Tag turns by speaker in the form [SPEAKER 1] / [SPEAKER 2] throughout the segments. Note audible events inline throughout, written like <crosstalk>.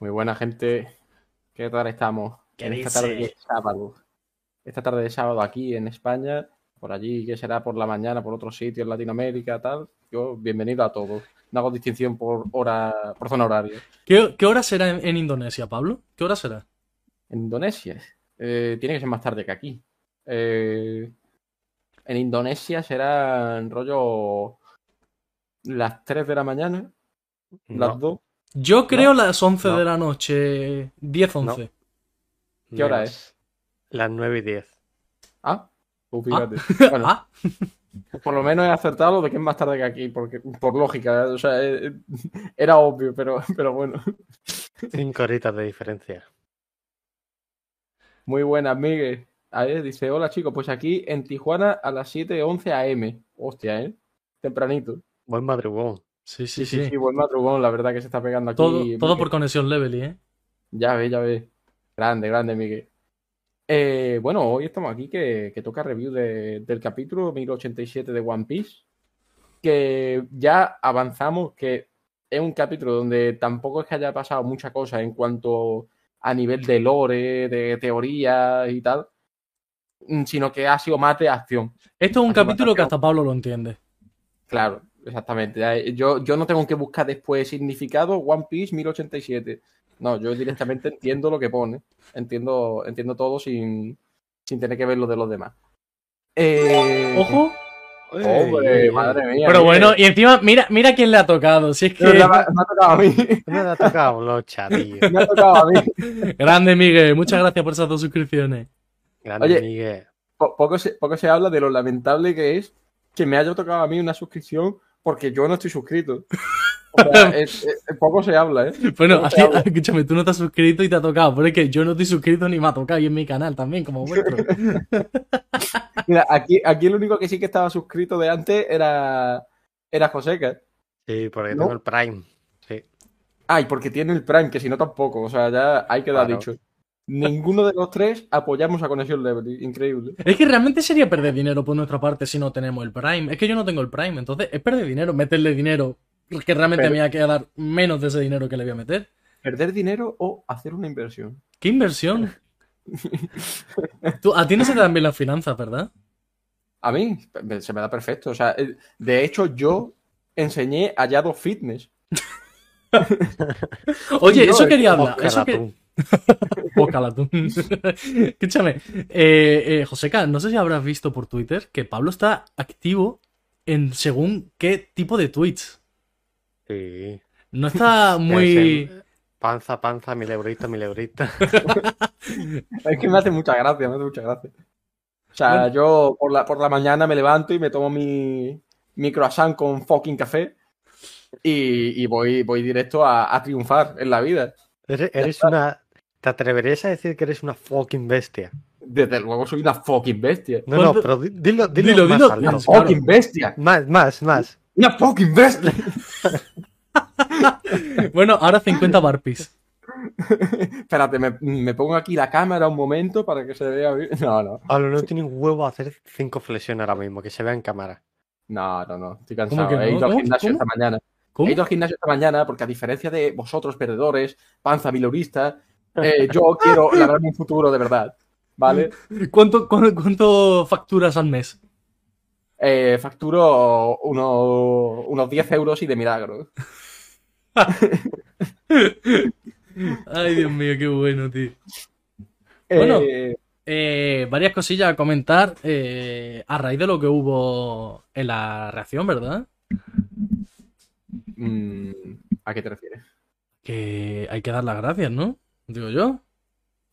[SPEAKER 1] Muy buena gente. ¿Qué tal estamos?
[SPEAKER 2] ¿Qué
[SPEAKER 1] en
[SPEAKER 2] dices?
[SPEAKER 1] esta tarde de sábado. Esta tarde de sábado aquí en España, por allí, que será por la mañana, por otros sitios, en Latinoamérica, tal. Yo, bienvenido a todos. No hago distinción por hora, por zona horaria.
[SPEAKER 2] ¿Qué, qué hora será en, en Indonesia, Pablo? ¿Qué hora será?
[SPEAKER 1] En Indonesia, eh, tiene que ser más tarde que aquí. Eh, en Indonesia será en rollo las 3 de la mañana, las 2.
[SPEAKER 2] Yo creo las 11
[SPEAKER 3] no.
[SPEAKER 2] de la noche, 10, 11.
[SPEAKER 1] ¿Qué hora
[SPEAKER 3] Menos. Las 9 y 10.
[SPEAKER 1] Ah, pues fíjate.
[SPEAKER 2] <laughs>
[SPEAKER 1] Bueno,
[SPEAKER 2] Ah,
[SPEAKER 1] Pues Por lo menos he acertado lo de que es más tarde que aquí, porque por lógica, o sea, eh, era obvio, pero, pero bueno.
[SPEAKER 3] 5 horitas de diferencia.
[SPEAKER 1] Muy buenas, Miguel. A ver, dice, hola chicos, pues aquí en Tijuana a las 7.11 am. Hostia, ¿eh? Tempranito.
[SPEAKER 3] Buen madrugón.
[SPEAKER 2] sí, sí, sí.
[SPEAKER 1] Sí, buen madrugón, la verdad que se está pegando aquí.
[SPEAKER 2] Todo, todo
[SPEAKER 1] Miguel.
[SPEAKER 2] por conexión Levely, ¿eh?
[SPEAKER 1] Ya ves, ya ves. Grande, grande, Miguel. Eh, bueno, hoy estamos aquí que, que toca review de- del capítulo 1087 de One Piece. Que ya avanzamos, que es un capítulo donde tampoco es que haya pasado mucha cosa en cuanto a nivel de lore, de teoría y tal, mm, sino que ha sido más de acción.
[SPEAKER 2] Esto es un
[SPEAKER 1] Hace
[SPEAKER 2] capítulo que
[SPEAKER 1] bastante
[SPEAKER 2] hasta Pablo lo entiende.
[SPEAKER 1] Claro, exactamente. Ya, eh, Yo, yo no tengo que buscar después significado One Piece 1087. No, yo directamente entiendo lo que pone. Entiendo, entiendo todo sin, sin tener que ver lo de los demás. Eh,
[SPEAKER 2] Ojo.
[SPEAKER 1] hombre,
[SPEAKER 3] Ey,
[SPEAKER 1] madre mía.
[SPEAKER 2] Pero
[SPEAKER 1] mire.
[SPEAKER 2] bueno, eh, y encima, mira, mira quién le ha tocado. Si es
[SPEAKER 1] Me
[SPEAKER 2] que.
[SPEAKER 1] ha, me ha tocado a mí. <laughs>
[SPEAKER 3] No le ha tocado locha, tío.
[SPEAKER 1] Me ha tocado a mí.
[SPEAKER 2] Grande, Miguel. Muchas gracias por esas dos suscripciones.
[SPEAKER 3] Grande
[SPEAKER 1] Oye.
[SPEAKER 3] Miguel.
[SPEAKER 1] Po- poco, se, poco se habla de lo lamentable que es que me haya tocado a mí una suscripción porque yo no estoy suscrito. O
[SPEAKER 2] <laughs>
[SPEAKER 1] sea, es- es- poco se habla, ¿eh?
[SPEAKER 2] Bueno,
[SPEAKER 1] ¿Cómo
[SPEAKER 2] a
[SPEAKER 1] te
[SPEAKER 2] ti-
[SPEAKER 1] hablo?
[SPEAKER 2] <laughs> escúchame, tú no te has suscrito y te ha tocado. Pero es que yo no estoy suscrito ni me ha tocado. Y en mi canal también, como <laughs> vuestro.
[SPEAKER 1] Mira, aquí, aquí el único que sí que estaba suscrito de antes era, era Joseca.
[SPEAKER 3] Sí, porque
[SPEAKER 1] No.
[SPEAKER 3] tengo el Prime. Sí.
[SPEAKER 1] Ay, porque tiene el Prime, que si no tampoco. O sea, ya hay que dar
[SPEAKER 3] Claro.
[SPEAKER 1] dicho. Ninguno de los tres apoyamos a Conexión Level. Increíble.
[SPEAKER 2] Es que realmente sería perder dinero por nuestra parte si no tenemos el Prime. Es que yo no tengo el Prime, entonces es perder dinero, meterle dinero que realmente
[SPEAKER 1] Pero-
[SPEAKER 2] me va a quedar menos de ese dinero que le voy a meter.
[SPEAKER 1] ¿Perder dinero o hacer una inversión?
[SPEAKER 2] ¡Qué inversión! Tú, a ti no se te dan bien las finanzas, ¿verdad?
[SPEAKER 1] A mí me- se me da perfecto. O sea, eh, de hecho, yo enseñé a Yado Fitness.
[SPEAKER 2] Oye,
[SPEAKER 1] Yo,
[SPEAKER 2] eso quería hablar.
[SPEAKER 3] Óscar
[SPEAKER 2] Eso que...
[SPEAKER 3] Atún.
[SPEAKER 2] Bócala <laughs> tú. Escúchame. Eh, eh, Joseca, no sé si habrás visto por Twitter que Pablo está activo en según qué tipo de tweets.
[SPEAKER 3] Sí.
[SPEAKER 2] No está muy.
[SPEAKER 3] Debe Panza, panza, mil euritos, mil euritos.
[SPEAKER 1] Es que me hace mucha gracia, me hace mucha gracia. O sea, yo por la, por la mañana me levanto y me tomo mi, mi croissant con fucking café y, y voy, voy directo a, a triunfar en la vida.
[SPEAKER 3] <laughs> Eres, eres una. ¿Te atreverías a decir que eres una fucking bestia?
[SPEAKER 1] Desde luego soy una fucking bestia.
[SPEAKER 3] No, no,
[SPEAKER 2] ¿Cuánto-
[SPEAKER 3] pero di- dilo, dilo,
[SPEAKER 2] Pues Dilo,
[SPEAKER 3] más
[SPEAKER 2] dilo.
[SPEAKER 3] alto.
[SPEAKER 2] Claro.
[SPEAKER 1] ¡Fucking bestia!
[SPEAKER 3] Más, más, más.
[SPEAKER 1] ¡Una fucking bestia!
[SPEAKER 2] <laughs> Bueno, ahora 50 barpis.
[SPEAKER 1] Espérate, me, me pongo aquí la cámara un momento para que se vea bien. No, no,
[SPEAKER 3] Pablo, no tiene un huevo a hacer cinco flexiones ahora mismo, que se vea en cámara.
[SPEAKER 1] no, no, no. Estoy
[SPEAKER 2] ¿Cómo que
[SPEAKER 1] cansado. He
[SPEAKER 2] no?
[SPEAKER 1] ido al
[SPEAKER 2] ¿Cómo?
[SPEAKER 1] gimnasio
[SPEAKER 2] ¿Cómo?
[SPEAKER 1] esta mañana.
[SPEAKER 2] ¿Cómo?
[SPEAKER 1] He ido al gimnasio esta mañana porque a diferencia de vosotros perdedores, panza
[SPEAKER 2] <laughs>
[SPEAKER 1] mileurista, eh, yo quiero labrarme un futuro de verdad.
[SPEAKER 2] <laughs>
[SPEAKER 1] ¿Vale?
[SPEAKER 2] ¿Cuánto, cuánto, cuánto facturas al mes?
[SPEAKER 1] Eh, facturo unos, unos 10 euros y de milagro.
[SPEAKER 2] Ay, Dios mío, qué bueno, tío.
[SPEAKER 1] Eh,
[SPEAKER 2] Bueno. Eh, varias cosillas a comentar eh, a raíz de lo que hubo en la reacción, ¿verdad?
[SPEAKER 1] mm, ¿A qué te refieres?
[SPEAKER 2] Que hay que dar las gracias, ¿no? Digo yo.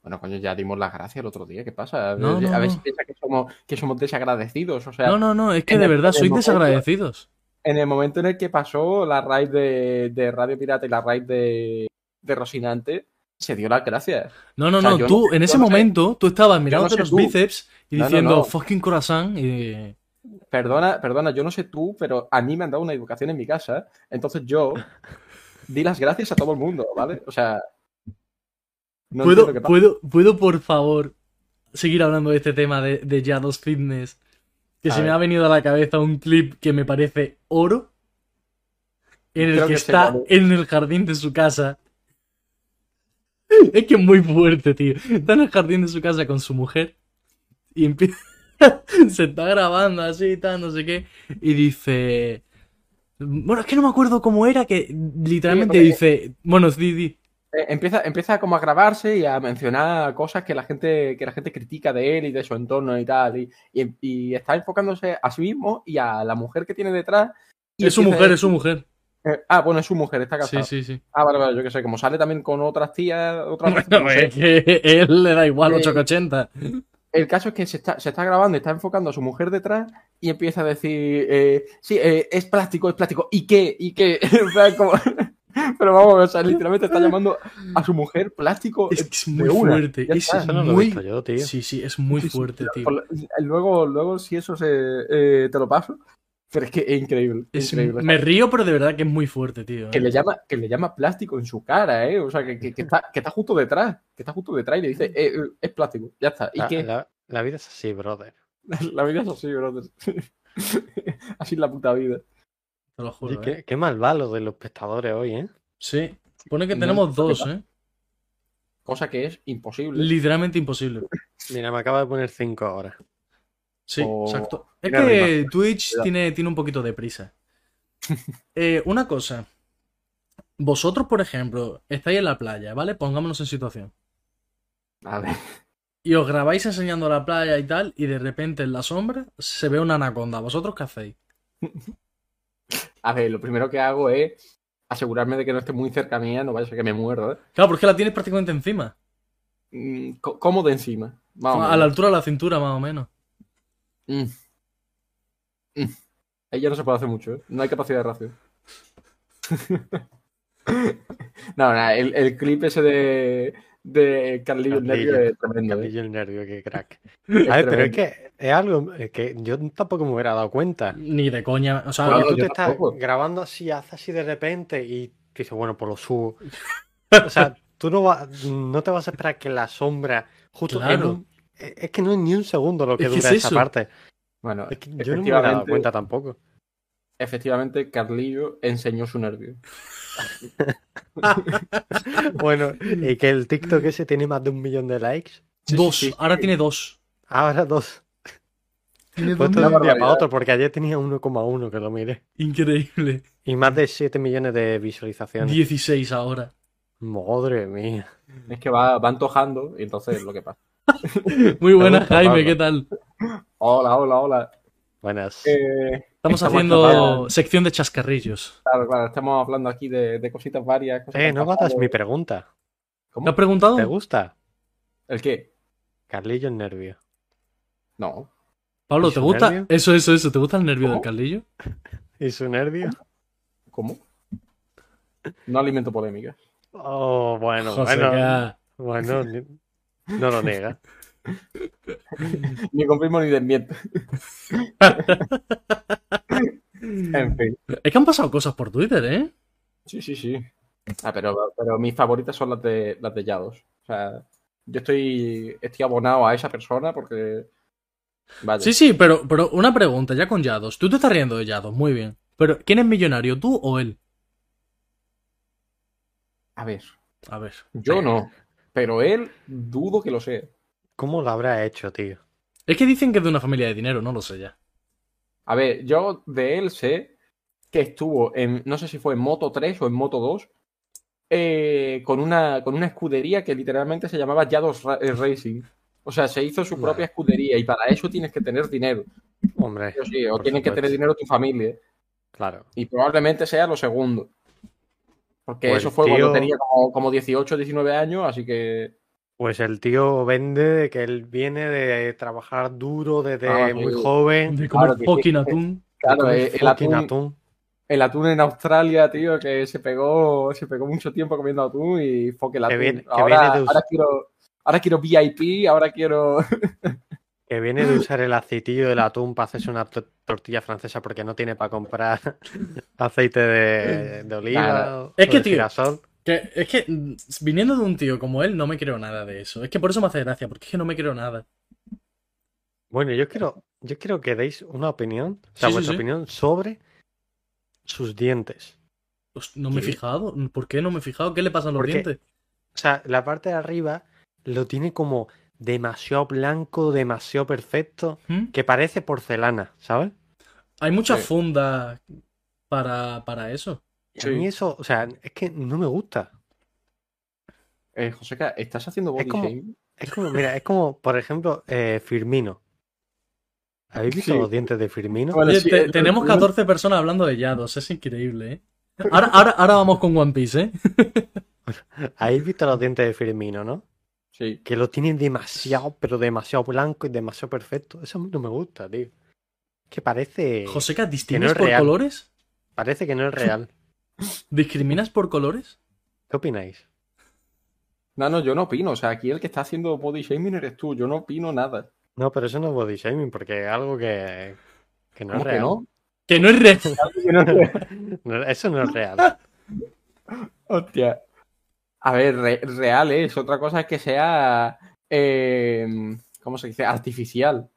[SPEAKER 1] Bueno, coño, ya dimos las gracias el otro día. ¿Qué pasa? A ver,
[SPEAKER 2] No, no,
[SPEAKER 1] a ver
[SPEAKER 2] no.
[SPEAKER 1] si piensa que somos, que somos desagradecidos. O sea,
[SPEAKER 2] No, no, no, es que
[SPEAKER 1] en
[SPEAKER 2] de
[SPEAKER 1] el- en
[SPEAKER 2] verdad
[SPEAKER 1] el
[SPEAKER 2] sois
[SPEAKER 1] momento-
[SPEAKER 2] desagradecidos.
[SPEAKER 1] en el momento en el que pasó la raid de, de Radio Pirata y la raid de, de Rocinante, se dio las gracias.
[SPEAKER 2] No, no,
[SPEAKER 1] O sea,
[SPEAKER 2] no,
[SPEAKER 1] yo no
[SPEAKER 2] tú
[SPEAKER 1] sé-
[SPEAKER 2] en
[SPEAKER 1] yo
[SPEAKER 2] ese
[SPEAKER 1] no sé-
[SPEAKER 2] momento tú estabas mirándote
[SPEAKER 1] sé
[SPEAKER 2] los
[SPEAKER 1] tú.
[SPEAKER 2] bíceps y
[SPEAKER 1] No, no,
[SPEAKER 2] diciendo
[SPEAKER 1] no.
[SPEAKER 2] fucking croissant y...
[SPEAKER 1] Perdona, perdona, yo no sé tú, pero a mí me han dado una educación en mi casa, entonces
[SPEAKER 2] <laughs>
[SPEAKER 1] yo di las gracias a todo el mundo, ¿vale? O sea, no entiendo qué
[SPEAKER 2] ¿Puedo,
[SPEAKER 1] pasa.
[SPEAKER 2] puedo, ¿Puedo, por favor, seguir hablando de este tema de, de Yados Fitness? Que
[SPEAKER 1] A
[SPEAKER 2] se me
[SPEAKER 1] ver.
[SPEAKER 2] ha venido a la cabeza un clip que me parece oro. En el
[SPEAKER 1] Creo
[SPEAKER 2] que
[SPEAKER 1] que sé
[SPEAKER 2] está
[SPEAKER 1] cuál
[SPEAKER 2] en el jardín de su casa. Es que es muy fuerte, tío. Está en el jardín de su casa con su mujer y empieza. <laughs> Se está grabando así, tal, no sé qué. Y dice. Bueno, es que no me acuerdo cómo era, que literalmente
[SPEAKER 1] Sí, como
[SPEAKER 2] dice. Bueno, di, di.
[SPEAKER 1] Eh, Empieza, empieza como a grabarse y a mencionar cosas que la gente, que la gente critica de él y de su entorno y tal. Y, y- y está enfocándose a sí mismo y a la mujer que tiene detrás. y
[SPEAKER 2] Es su
[SPEAKER 1] empieza-
[SPEAKER 2] mujer, es su mujer.
[SPEAKER 1] eh, ah, bueno, es su mujer, está
[SPEAKER 2] Sí,
[SPEAKER 1] casada.
[SPEAKER 2] sí, sí.
[SPEAKER 1] Ah, vale, vale, yo qué sé, como sale también con otras tías, otras
[SPEAKER 2] <laughs>
[SPEAKER 1] no
[SPEAKER 2] Bueno,
[SPEAKER 1] sé.
[SPEAKER 2] es que él le da igual
[SPEAKER 1] Eh,
[SPEAKER 2] 880.
[SPEAKER 1] El caso es que se está, se está grabando y está enfocando a su mujer detrás y empieza a decir, eh, sí, eh, es plástico, es plástico, ¿y qué? ¿Y qué? <laughs> O sea, como- Pero vamos, o sea, literalmente está llamando a su mujer plástico.
[SPEAKER 2] Es que es muy
[SPEAKER 1] de una,
[SPEAKER 2] fuerte.
[SPEAKER 1] ya
[SPEAKER 2] Es
[SPEAKER 1] está,
[SPEAKER 3] Eso no lo he
[SPEAKER 2] muy-
[SPEAKER 3] visto yo, tío.
[SPEAKER 2] Sí, sí, es muy
[SPEAKER 1] Sí, sí,
[SPEAKER 2] fuerte, tío.
[SPEAKER 1] Por- luego, luego, si eso se, eh, te lo paso, pero es que es increíble. es
[SPEAKER 2] Es-
[SPEAKER 1] increíble. O sea,
[SPEAKER 2] me río, pero de verdad que es muy fuerte, tío. eh,
[SPEAKER 1] que le llama que le llama plástico en su cara, ¿eh? O sea, que, que- que está, que está justo detrás, que está justo detrás y le dice, eh, eh, es plástico, ya está. ¿Y
[SPEAKER 3] Ah, La,
[SPEAKER 1] qué?
[SPEAKER 3] la- la vida es así, brother.
[SPEAKER 1] <laughs> La vida es así, brother. <laughs> así es la puta vida.
[SPEAKER 2] Te lo juro.
[SPEAKER 3] Oye,
[SPEAKER 2] ¿eh?
[SPEAKER 3] qué, qué mal va lo de los espectadores hoy, ¿eh?
[SPEAKER 2] Sí. Pone que
[SPEAKER 1] No,
[SPEAKER 2] tenemos
[SPEAKER 1] ¿qué
[SPEAKER 2] dos,
[SPEAKER 1] pasa?
[SPEAKER 2] ¿eh?
[SPEAKER 1] Cosa que es imposible.
[SPEAKER 2] Literalmente imposible.
[SPEAKER 3] Mira, me acaba de poner cinco ahora.
[SPEAKER 2] Sí,
[SPEAKER 1] O-
[SPEAKER 2] exacto. Es
[SPEAKER 3] Mira,
[SPEAKER 2] que Twitch
[SPEAKER 1] Cuidado.
[SPEAKER 2] tiene, tiene un poquito de prisa. Eh, una cosa. Vosotros, por ejemplo, estáis en la playa, ¿vale? Pongámonos en situación.
[SPEAKER 1] A ver.
[SPEAKER 2] Y os grabáis enseñando la playa y tal, y de repente en la sombra se ve una anaconda. ¿Vosotros qué hacéis?
[SPEAKER 1] A ver, lo primero que hago es asegurarme de que no esté muy cerca mía, no vaya a ser que me muerda. ¿eh?
[SPEAKER 2] Claro, porque la tienes prácticamente encima.
[SPEAKER 1] Mm, co- Como de encima. Más o
[SPEAKER 2] a la
[SPEAKER 1] menos.
[SPEAKER 2] altura de la cintura, más o menos.
[SPEAKER 1] Mm. Mm. Ahí ya no se puede hacer mucho, ¿eh? No hay capacidad de ración. <laughs> no, nada, el, el clip ese de, de Carlillo el Nervio
[SPEAKER 3] Carlillo.
[SPEAKER 1] es tremendo. ¿eh?
[SPEAKER 3] Capillo el nervio, qué crack.
[SPEAKER 1] Es
[SPEAKER 3] A ver, pero es
[SPEAKER 1] tremendo.
[SPEAKER 3] que es algo eh, que yo tampoco me hubiera dado cuenta.
[SPEAKER 2] Ni de coña. O sea,
[SPEAKER 1] Claro,
[SPEAKER 3] Porque tú
[SPEAKER 1] yo
[SPEAKER 3] te estás
[SPEAKER 1] tampoco.
[SPEAKER 3] grabando así, haces así de repente y te dices, bueno, pues lo subo. O sea, tú no, vas, no te vas a esperar que la sombra justo en
[SPEAKER 2] Claro.
[SPEAKER 3] un- es- es que no es ni un segundo lo que
[SPEAKER 2] Es que es
[SPEAKER 3] dura esa
[SPEAKER 2] eso.
[SPEAKER 3] parte.
[SPEAKER 1] Bueno,
[SPEAKER 3] Es que yo no me hubiera dado
[SPEAKER 1] efectivamente-
[SPEAKER 3] cuenta tampoco.
[SPEAKER 1] efectivamente, Carlillo enseñó su nervio.
[SPEAKER 3] Bueno, y que el TikTok ese tiene más de un millón de likes.
[SPEAKER 1] sí,
[SPEAKER 2] dos.
[SPEAKER 1] sí, sí.
[SPEAKER 2] Ahora tiene dos.
[SPEAKER 3] Ahora dos.
[SPEAKER 2] Tiene
[SPEAKER 3] Pues
[SPEAKER 2] dos
[SPEAKER 3] esto de un día para
[SPEAKER 1] barbaridad.
[SPEAKER 3] otro, porque ayer tenía 1,1 que lo miré.
[SPEAKER 2] Increíble.
[SPEAKER 3] Y más de 7 millones de visualizaciones.
[SPEAKER 2] 16
[SPEAKER 3] <laughs>
[SPEAKER 2] ahora.
[SPEAKER 3] Madre mía.
[SPEAKER 1] Es que va, va antojando y entonces es lo que pasa.
[SPEAKER 2] Muy buenas,
[SPEAKER 3] gusta,
[SPEAKER 2] Jaime,
[SPEAKER 3] Pablo.
[SPEAKER 2] ¿qué tal?
[SPEAKER 1] Hola, hola, hola.
[SPEAKER 3] Buenas.
[SPEAKER 1] Eh,
[SPEAKER 2] Estamos
[SPEAKER 1] Estamos
[SPEAKER 2] haciendo
[SPEAKER 1] haciendo-
[SPEAKER 2] sección de chascarrillos.
[SPEAKER 1] claro, claro, estamos hablando aquí de, de cositas varias. Cosas que
[SPEAKER 3] Eh,
[SPEAKER 1] han
[SPEAKER 3] no matas
[SPEAKER 1] pasado.
[SPEAKER 3] mi pregunta.
[SPEAKER 2] ¿Me has
[SPEAKER 1] ¿Cómo?
[SPEAKER 2] preguntado?
[SPEAKER 3] ¿Te gusta?
[SPEAKER 1] ¿El qué?
[SPEAKER 3] Carlillo el nervio.
[SPEAKER 1] No.
[SPEAKER 2] Pablo,
[SPEAKER 3] ¿Y
[SPEAKER 2] ¿te
[SPEAKER 3] su
[SPEAKER 2] gusta?
[SPEAKER 3] nervio?
[SPEAKER 2] Eso, eso, eso. ¿Te gusta el nervio del
[SPEAKER 1] ¿Cómo?
[SPEAKER 2] Carlillo?
[SPEAKER 3] ¿Y su nervio?
[SPEAKER 1] ¿Cómo? No alimento polémica.
[SPEAKER 3] Oh, bueno, bueno.
[SPEAKER 2] Joseca.
[SPEAKER 3] Bueno, ni- no lo niega.
[SPEAKER 1] Ni confirmo ni desmiento. en fin.
[SPEAKER 2] Es que han pasado cosas por Twitter, ¿eh?
[SPEAKER 1] Sí, sí, sí. Ah, pero, pero mis favoritas son las de las de Yados. O sea, yo estoy, estoy abonado a esa persona porque. Vale.
[SPEAKER 2] Sí, sí, pero, pero una pregunta, ya con Yados. Tú te estás riendo de Yados, muy bien. Pero, ¿quién es millonario, tú o él?
[SPEAKER 1] A ver.
[SPEAKER 2] A ver.
[SPEAKER 1] Yo no. Pero él dudo que lo sea.
[SPEAKER 3] ¿Cómo lo habrá hecho, tío?
[SPEAKER 2] Es que dicen que es de una familia de dinero, no lo sé ya.
[SPEAKER 1] A ver, yo de él sé que estuvo en, no sé si fue en Moto 3 o en Moto 2, eh, con, una, con una escudería que literalmente se llamaba Yados Ra- eh, Racing. O sea, se hizo su
[SPEAKER 3] Nah.
[SPEAKER 1] propia escudería y para eso tienes que tener dinero.
[SPEAKER 3] Hombre,
[SPEAKER 1] Sí o sí, o
[SPEAKER 3] Por
[SPEAKER 1] tienes que
[SPEAKER 3] supuesto.
[SPEAKER 1] tener dinero tu familia.
[SPEAKER 3] claro.
[SPEAKER 1] Y probablemente sea lo segundo. Porque
[SPEAKER 3] Pues
[SPEAKER 1] eso fue
[SPEAKER 3] tío-
[SPEAKER 1] cuando tenía como, como 18, 19 años, así que...
[SPEAKER 3] Pues el tío vende de que él viene de trabajar duro desde
[SPEAKER 1] Ah,
[SPEAKER 3] muy
[SPEAKER 1] sí.
[SPEAKER 3] joven.
[SPEAKER 2] De comer
[SPEAKER 1] Claro que sí.
[SPEAKER 2] fucking atún.
[SPEAKER 1] Claro,
[SPEAKER 3] de
[SPEAKER 1] eh,
[SPEAKER 3] comer
[SPEAKER 1] el
[SPEAKER 3] fucking
[SPEAKER 1] atún,
[SPEAKER 3] atún.
[SPEAKER 1] el atún en Australia, tío, que se pegó, se pegó mucho tiempo comiendo atún y fue el atún.
[SPEAKER 3] viene- que
[SPEAKER 1] ahora,
[SPEAKER 3] viene de us-
[SPEAKER 1] ahora quiero, ahora quiero VIP, ahora quiero. <laughs>
[SPEAKER 3] Que viene de usar el aceitillo del atún para hacerse una to- tortilla francesa porque no tiene para comprar <laughs> aceite de, de oliva.
[SPEAKER 1] Claro.
[SPEAKER 3] o
[SPEAKER 2] Es que,
[SPEAKER 3] de
[SPEAKER 2] tío,
[SPEAKER 3] girasol.
[SPEAKER 2] Que, es que, mm, viniendo de un tío como él, no me creo nada de eso. Es que por eso me hace gracia, porque es que no me creo nada.
[SPEAKER 3] Bueno, yo quiero, yo quiero que deis una opinión, o sea,
[SPEAKER 2] Sí, sí,
[SPEAKER 3] vuestra
[SPEAKER 2] sí.
[SPEAKER 3] opinión sobre sus dientes.
[SPEAKER 2] Host- No me he
[SPEAKER 3] ¿Qué?
[SPEAKER 2] fijado. ¿Por qué no me he fijado? ¿Qué le pasa a los
[SPEAKER 3] Porque-
[SPEAKER 2] dientes?
[SPEAKER 3] O sea, la parte de arriba lo tiene como demasiado blanco, demasiado perfecto,
[SPEAKER 2] ¿Mm?
[SPEAKER 3] que parece porcelana, ¿sabes?
[SPEAKER 2] Hay mucha
[SPEAKER 1] Sí.
[SPEAKER 2] funda para, para eso.
[SPEAKER 3] Y
[SPEAKER 1] Sí.
[SPEAKER 3] A mí eso, o sea, es que no me gusta.
[SPEAKER 1] Eh, Joseca, ¿estás haciendo
[SPEAKER 3] Es
[SPEAKER 1] body
[SPEAKER 3] como-
[SPEAKER 1] shaming?
[SPEAKER 3] Es como, mira, es como, por ejemplo, eh, Firmino. ¿Habéis visto
[SPEAKER 1] Sí.
[SPEAKER 3] los dientes de Firmino?
[SPEAKER 1] Vale,
[SPEAKER 2] Oye,
[SPEAKER 1] sí,
[SPEAKER 2] te-
[SPEAKER 1] eh,
[SPEAKER 2] tenemos
[SPEAKER 1] no-
[SPEAKER 2] 14 personas hablando de Yados, es increíble,
[SPEAKER 1] <laughs>
[SPEAKER 2] ¿eh? Ahora, ahora, ahora vamos con One Piece, ¿eh?
[SPEAKER 3] ¿Habéis visto los dientes de Firmino, no?
[SPEAKER 1] Sí.
[SPEAKER 3] Que los tienen demasiado, pero demasiado blanco y demasiado perfecto. Eso a mí no me gusta, tío. Que parece,
[SPEAKER 2] Joseca, ¿discriminas
[SPEAKER 3] es
[SPEAKER 2] por
[SPEAKER 3] real.
[SPEAKER 2] colores?
[SPEAKER 3] parece que no es real.
[SPEAKER 2] ¿Discriminas por colores?
[SPEAKER 3] ¿Qué opináis?
[SPEAKER 1] No, no, yo no opino. O sea, aquí el que está haciendo body shaming eres tú. Yo no opino nada.
[SPEAKER 3] No, pero eso no es body shaming, porque es algo que, que no es
[SPEAKER 1] ¿Cómo
[SPEAKER 3] real.
[SPEAKER 1] que no?
[SPEAKER 2] Que no es real. <laughs>
[SPEAKER 1] <laughs>
[SPEAKER 3] No, Eso no es real.
[SPEAKER 1] Ah, Hostia. A ver, re- real es. Otra cosa es que sea. eh, ¿Cómo se dice? Artificial.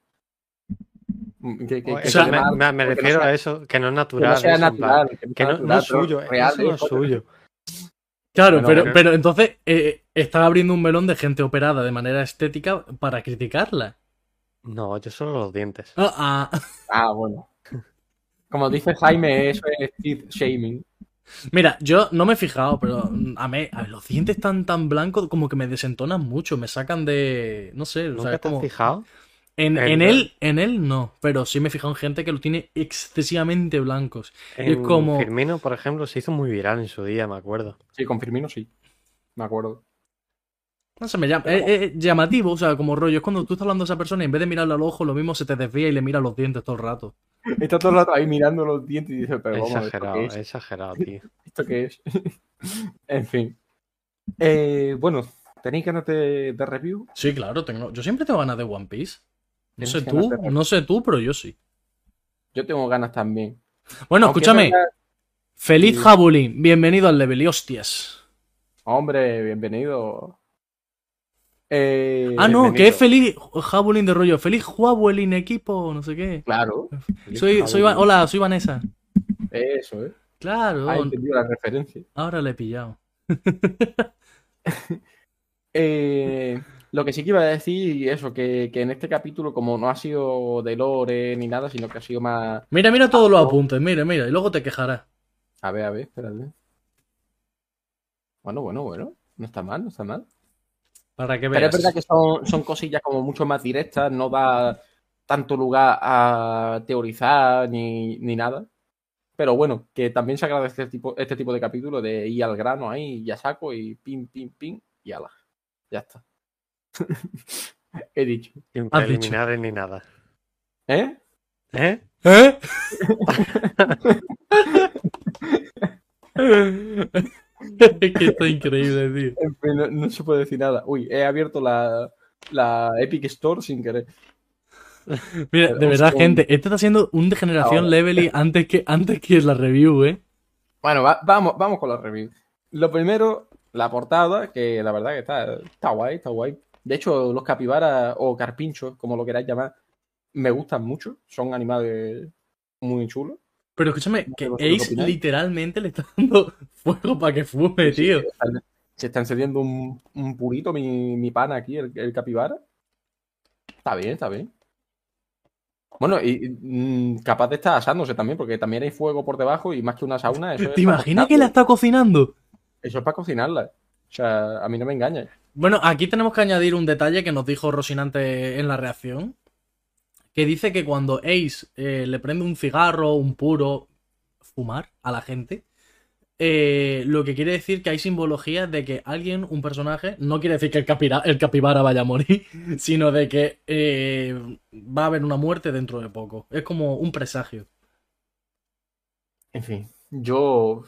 [SPEAKER 1] Mm, que- que-
[SPEAKER 3] O
[SPEAKER 1] que
[SPEAKER 2] sea,
[SPEAKER 1] se
[SPEAKER 3] me,
[SPEAKER 1] llama-
[SPEAKER 3] me- me
[SPEAKER 1] que no
[SPEAKER 3] refiero
[SPEAKER 1] sea-
[SPEAKER 3] a eso, que no es
[SPEAKER 1] que no
[SPEAKER 3] natural.
[SPEAKER 1] sea
[SPEAKER 3] eso, en plan,
[SPEAKER 1] natural.
[SPEAKER 3] Que no, no es suyo, eh,
[SPEAKER 1] real.
[SPEAKER 3] eso no es suyo.
[SPEAKER 2] Claro,
[SPEAKER 1] Bueno,
[SPEAKER 2] pero,
[SPEAKER 1] pero-
[SPEAKER 2] pero entonces eh, está abriendo un melón de gente operada de manera estética para criticarla.
[SPEAKER 3] No, yo solo los dientes.
[SPEAKER 2] Ah, ah. <laughs>
[SPEAKER 1] Ah, bueno. Como dice Jaime, eso es teeth shaming.
[SPEAKER 2] Mira, yo no me he fijado, pero mm, a mí a los dientes tan tan blancos como que me desentonan mucho, me sacan de... No sé, o
[SPEAKER 3] ¿Nunca
[SPEAKER 2] sea, es
[SPEAKER 3] te has
[SPEAKER 2] como...
[SPEAKER 3] fijado?
[SPEAKER 2] En, en
[SPEAKER 3] En-
[SPEAKER 2] él, en él no, pero sí me he fijado en gente que lo tiene excesivamente blancos. es
[SPEAKER 3] En
[SPEAKER 2] como-
[SPEAKER 3] Firmino, por ejemplo, se hizo muy viral en su día, me acuerdo.
[SPEAKER 1] Sí, con Firmino sí. Me acuerdo.
[SPEAKER 2] No se me llama, es, es llamativo, o sea, como rollo, es cuando tú estás hablando a esa persona y en vez de mirarle al ojo, lo mismo se te desvía y le mira los dientes todo el rato.
[SPEAKER 1] Está todo el rato ahí mirando los dientes y dice, pero vamos, ¿esto
[SPEAKER 3] exagerado, eh.
[SPEAKER 1] qué es?
[SPEAKER 3] exagerado, tío.
[SPEAKER 1] ¿Esto qué es? <laughs> en fin. Eh, bueno, ¿tenéis ganas de, de review?
[SPEAKER 2] Sí, claro, tengo, yo siempre tengo ganas de One Piece. No
[SPEAKER 1] Tienes
[SPEAKER 2] sé
[SPEAKER 1] ganas
[SPEAKER 2] tú,
[SPEAKER 1] de-
[SPEAKER 2] no sé tú, pero yo sí.
[SPEAKER 1] Yo tengo ganas también.
[SPEAKER 3] Ah,
[SPEAKER 2] Bueno,
[SPEAKER 1] Aunque es
[SPEAKER 2] escúchame,
[SPEAKER 1] verdad-
[SPEAKER 2] feliz
[SPEAKER 1] Sí.
[SPEAKER 2] Jabulín, bienvenido al level y hostias.
[SPEAKER 1] Hombre, bienvenido. Eh,
[SPEAKER 2] ah, no,
[SPEAKER 3] bienvenido.
[SPEAKER 2] que es feliz Jabulín de rollo, feliz Jabulín equipo, no sé qué.
[SPEAKER 1] Claro,
[SPEAKER 2] <laughs> Soy, soy, Va- hola, soy Vanessa.
[SPEAKER 1] eso, ¿eh?
[SPEAKER 2] Claro,
[SPEAKER 1] Ha entendido la referencia.
[SPEAKER 2] ahora le he pillado.
[SPEAKER 1] Eh, lo que sí que iba a decir, eso, que, que en este capítulo, como no ha sido de lore ni nada, sino que ha sido más.
[SPEAKER 2] Mira, mira todos los apuntes, mira, mira, y luego te quejarás.
[SPEAKER 1] A ver, a ver, espérate. Bueno, bueno, bueno. No está mal, no está mal.
[SPEAKER 2] Para que
[SPEAKER 1] Pero
[SPEAKER 2] veas.
[SPEAKER 1] es verdad que son, son cosillas como mucho más directas, no da tanto lugar a teorizar ni, ni nada. Pero bueno, que también se agradece este tipo, este tipo de capítulo de ir al grano ahí, ya saco y pim, pim, pim, y ala. Ya está. <laughs> He dicho.
[SPEAKER 3] Sin
[SPEAKER 2] Has dicho.
[SPEAKER 3] preliminares ni nada.
[SPEAKER 1] ¿Eh?
[SPEAKER 3] ¿Eh?
[SPEAKER 2] ¿Eh? <laughs> es que está increíble, tío.
[SPEAKER 1] En fin, no, no se puede decir nada. Uy, he abierto la, la Epic Store sin querer.
[SPEAKER 2] Mira, de verdad,
[SPEAKER 1] Hostia.
[SPEAKER 2] gente, esto está siendo un degeneración
[SPEAKER 1] Ahora.
[SPEAKER 2] levely antes que, antes que la review, ¿eh?
[SPEAKER 1] Bueno, va- vamos, vamos con la review. Lo primero, la portada, que la verdad que está, está guay, está guay. De hecho, los capibaras o carpinchos, como lo queráis llamar, me gustan mucho. Son animales muy chulos.
[SPEAKER 2] Pero escúchame, que
[SPEAKER 1] ¿Vosotros qué
[SPEAKER 2] Ace
[SPEAKER 1] opináis?
[SPEAKER 2] literalmente le está dando <laughs> fuego para que fume, tío.
[SPEAKER 1] Están- se está encendiendo un, un purito mi, mi pana aquí, el, el capibara. Está bien, está bien. Bueno, y, y, mm, capaz de estar asándose también, porque también hay fuego por debajo y más que una sauna. Eso es
[SPEAKER 2] ¿Te
[SPEAKER 1] para
[SPEAKER 2] imaginas
[SPEAKER 1] cocinarla.
[SPEAKER 2] que la está cocinando?
[SPEAKER 1] Eso es para cocinarla. O sea, a mí no me engañes.
[SPEAKER 2] Bueno, aquí tenemos que añadir un detalle que nos dijo Rosinante en la reacción, que dice que cuando Ace eh, le prende un cigarro, un puro, fumar a la gente, eh, lo que quiere decir que hay simbologías de que alguien, un personaje, no quiere decir que el, capira- el capibara vaya a morir, <laughs> sino de que eh, va a haber una muerte dentro de poco. Es como un presagio.
[SPEAKER 1] En fin, yo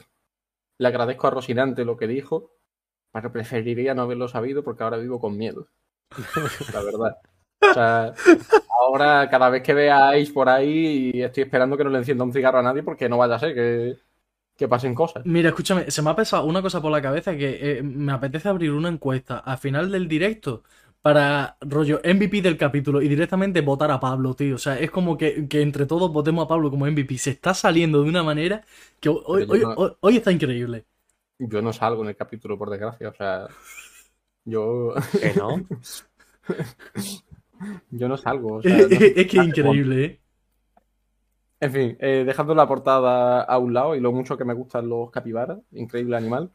[SPEAKER 1] le agradezco a Rosinante lo que dijo, pero preferiría no haberlo sabido porque ahora vivo con miedo. La verdad. O sea, ahora cada vez que veáis por ahí, estoy esperando que no le encienda un cigarro a nadie porque no vaya a ser que, que pasen cosas.
[SPEAKER 2] Mira, escúchame, se me ha pasado una cosa por la cabeza que eh, me apetece abrir una encuesta al final del directo para rollo MVP del capítulo y directamente votar a Pablo, tío. O sea, es como que, que entre todos votemos a Pablo como MVP. Se está saliendo de una manera que hoy,
[SPEAKER 1] Pero yo
[SPEAKER 2] hoy-
[SPEAKER 1] no-
[SPEAKER 2] hoy- hoy está increíble.
[SPEAKER 1] Yo no salgo en el capítulo, por desgracia. O sea, Yo,
[SPEAKER 3] Que no.
[SPEAKER 1] yo no salgo. o sea, no-
[SPEAKER 2] <laughs> es que increíble, ¿eh?
[SPEAKER 1] En fin, eh, dejando la portada a un lado y lo mucho que me gustan los capibaras, increíble animal.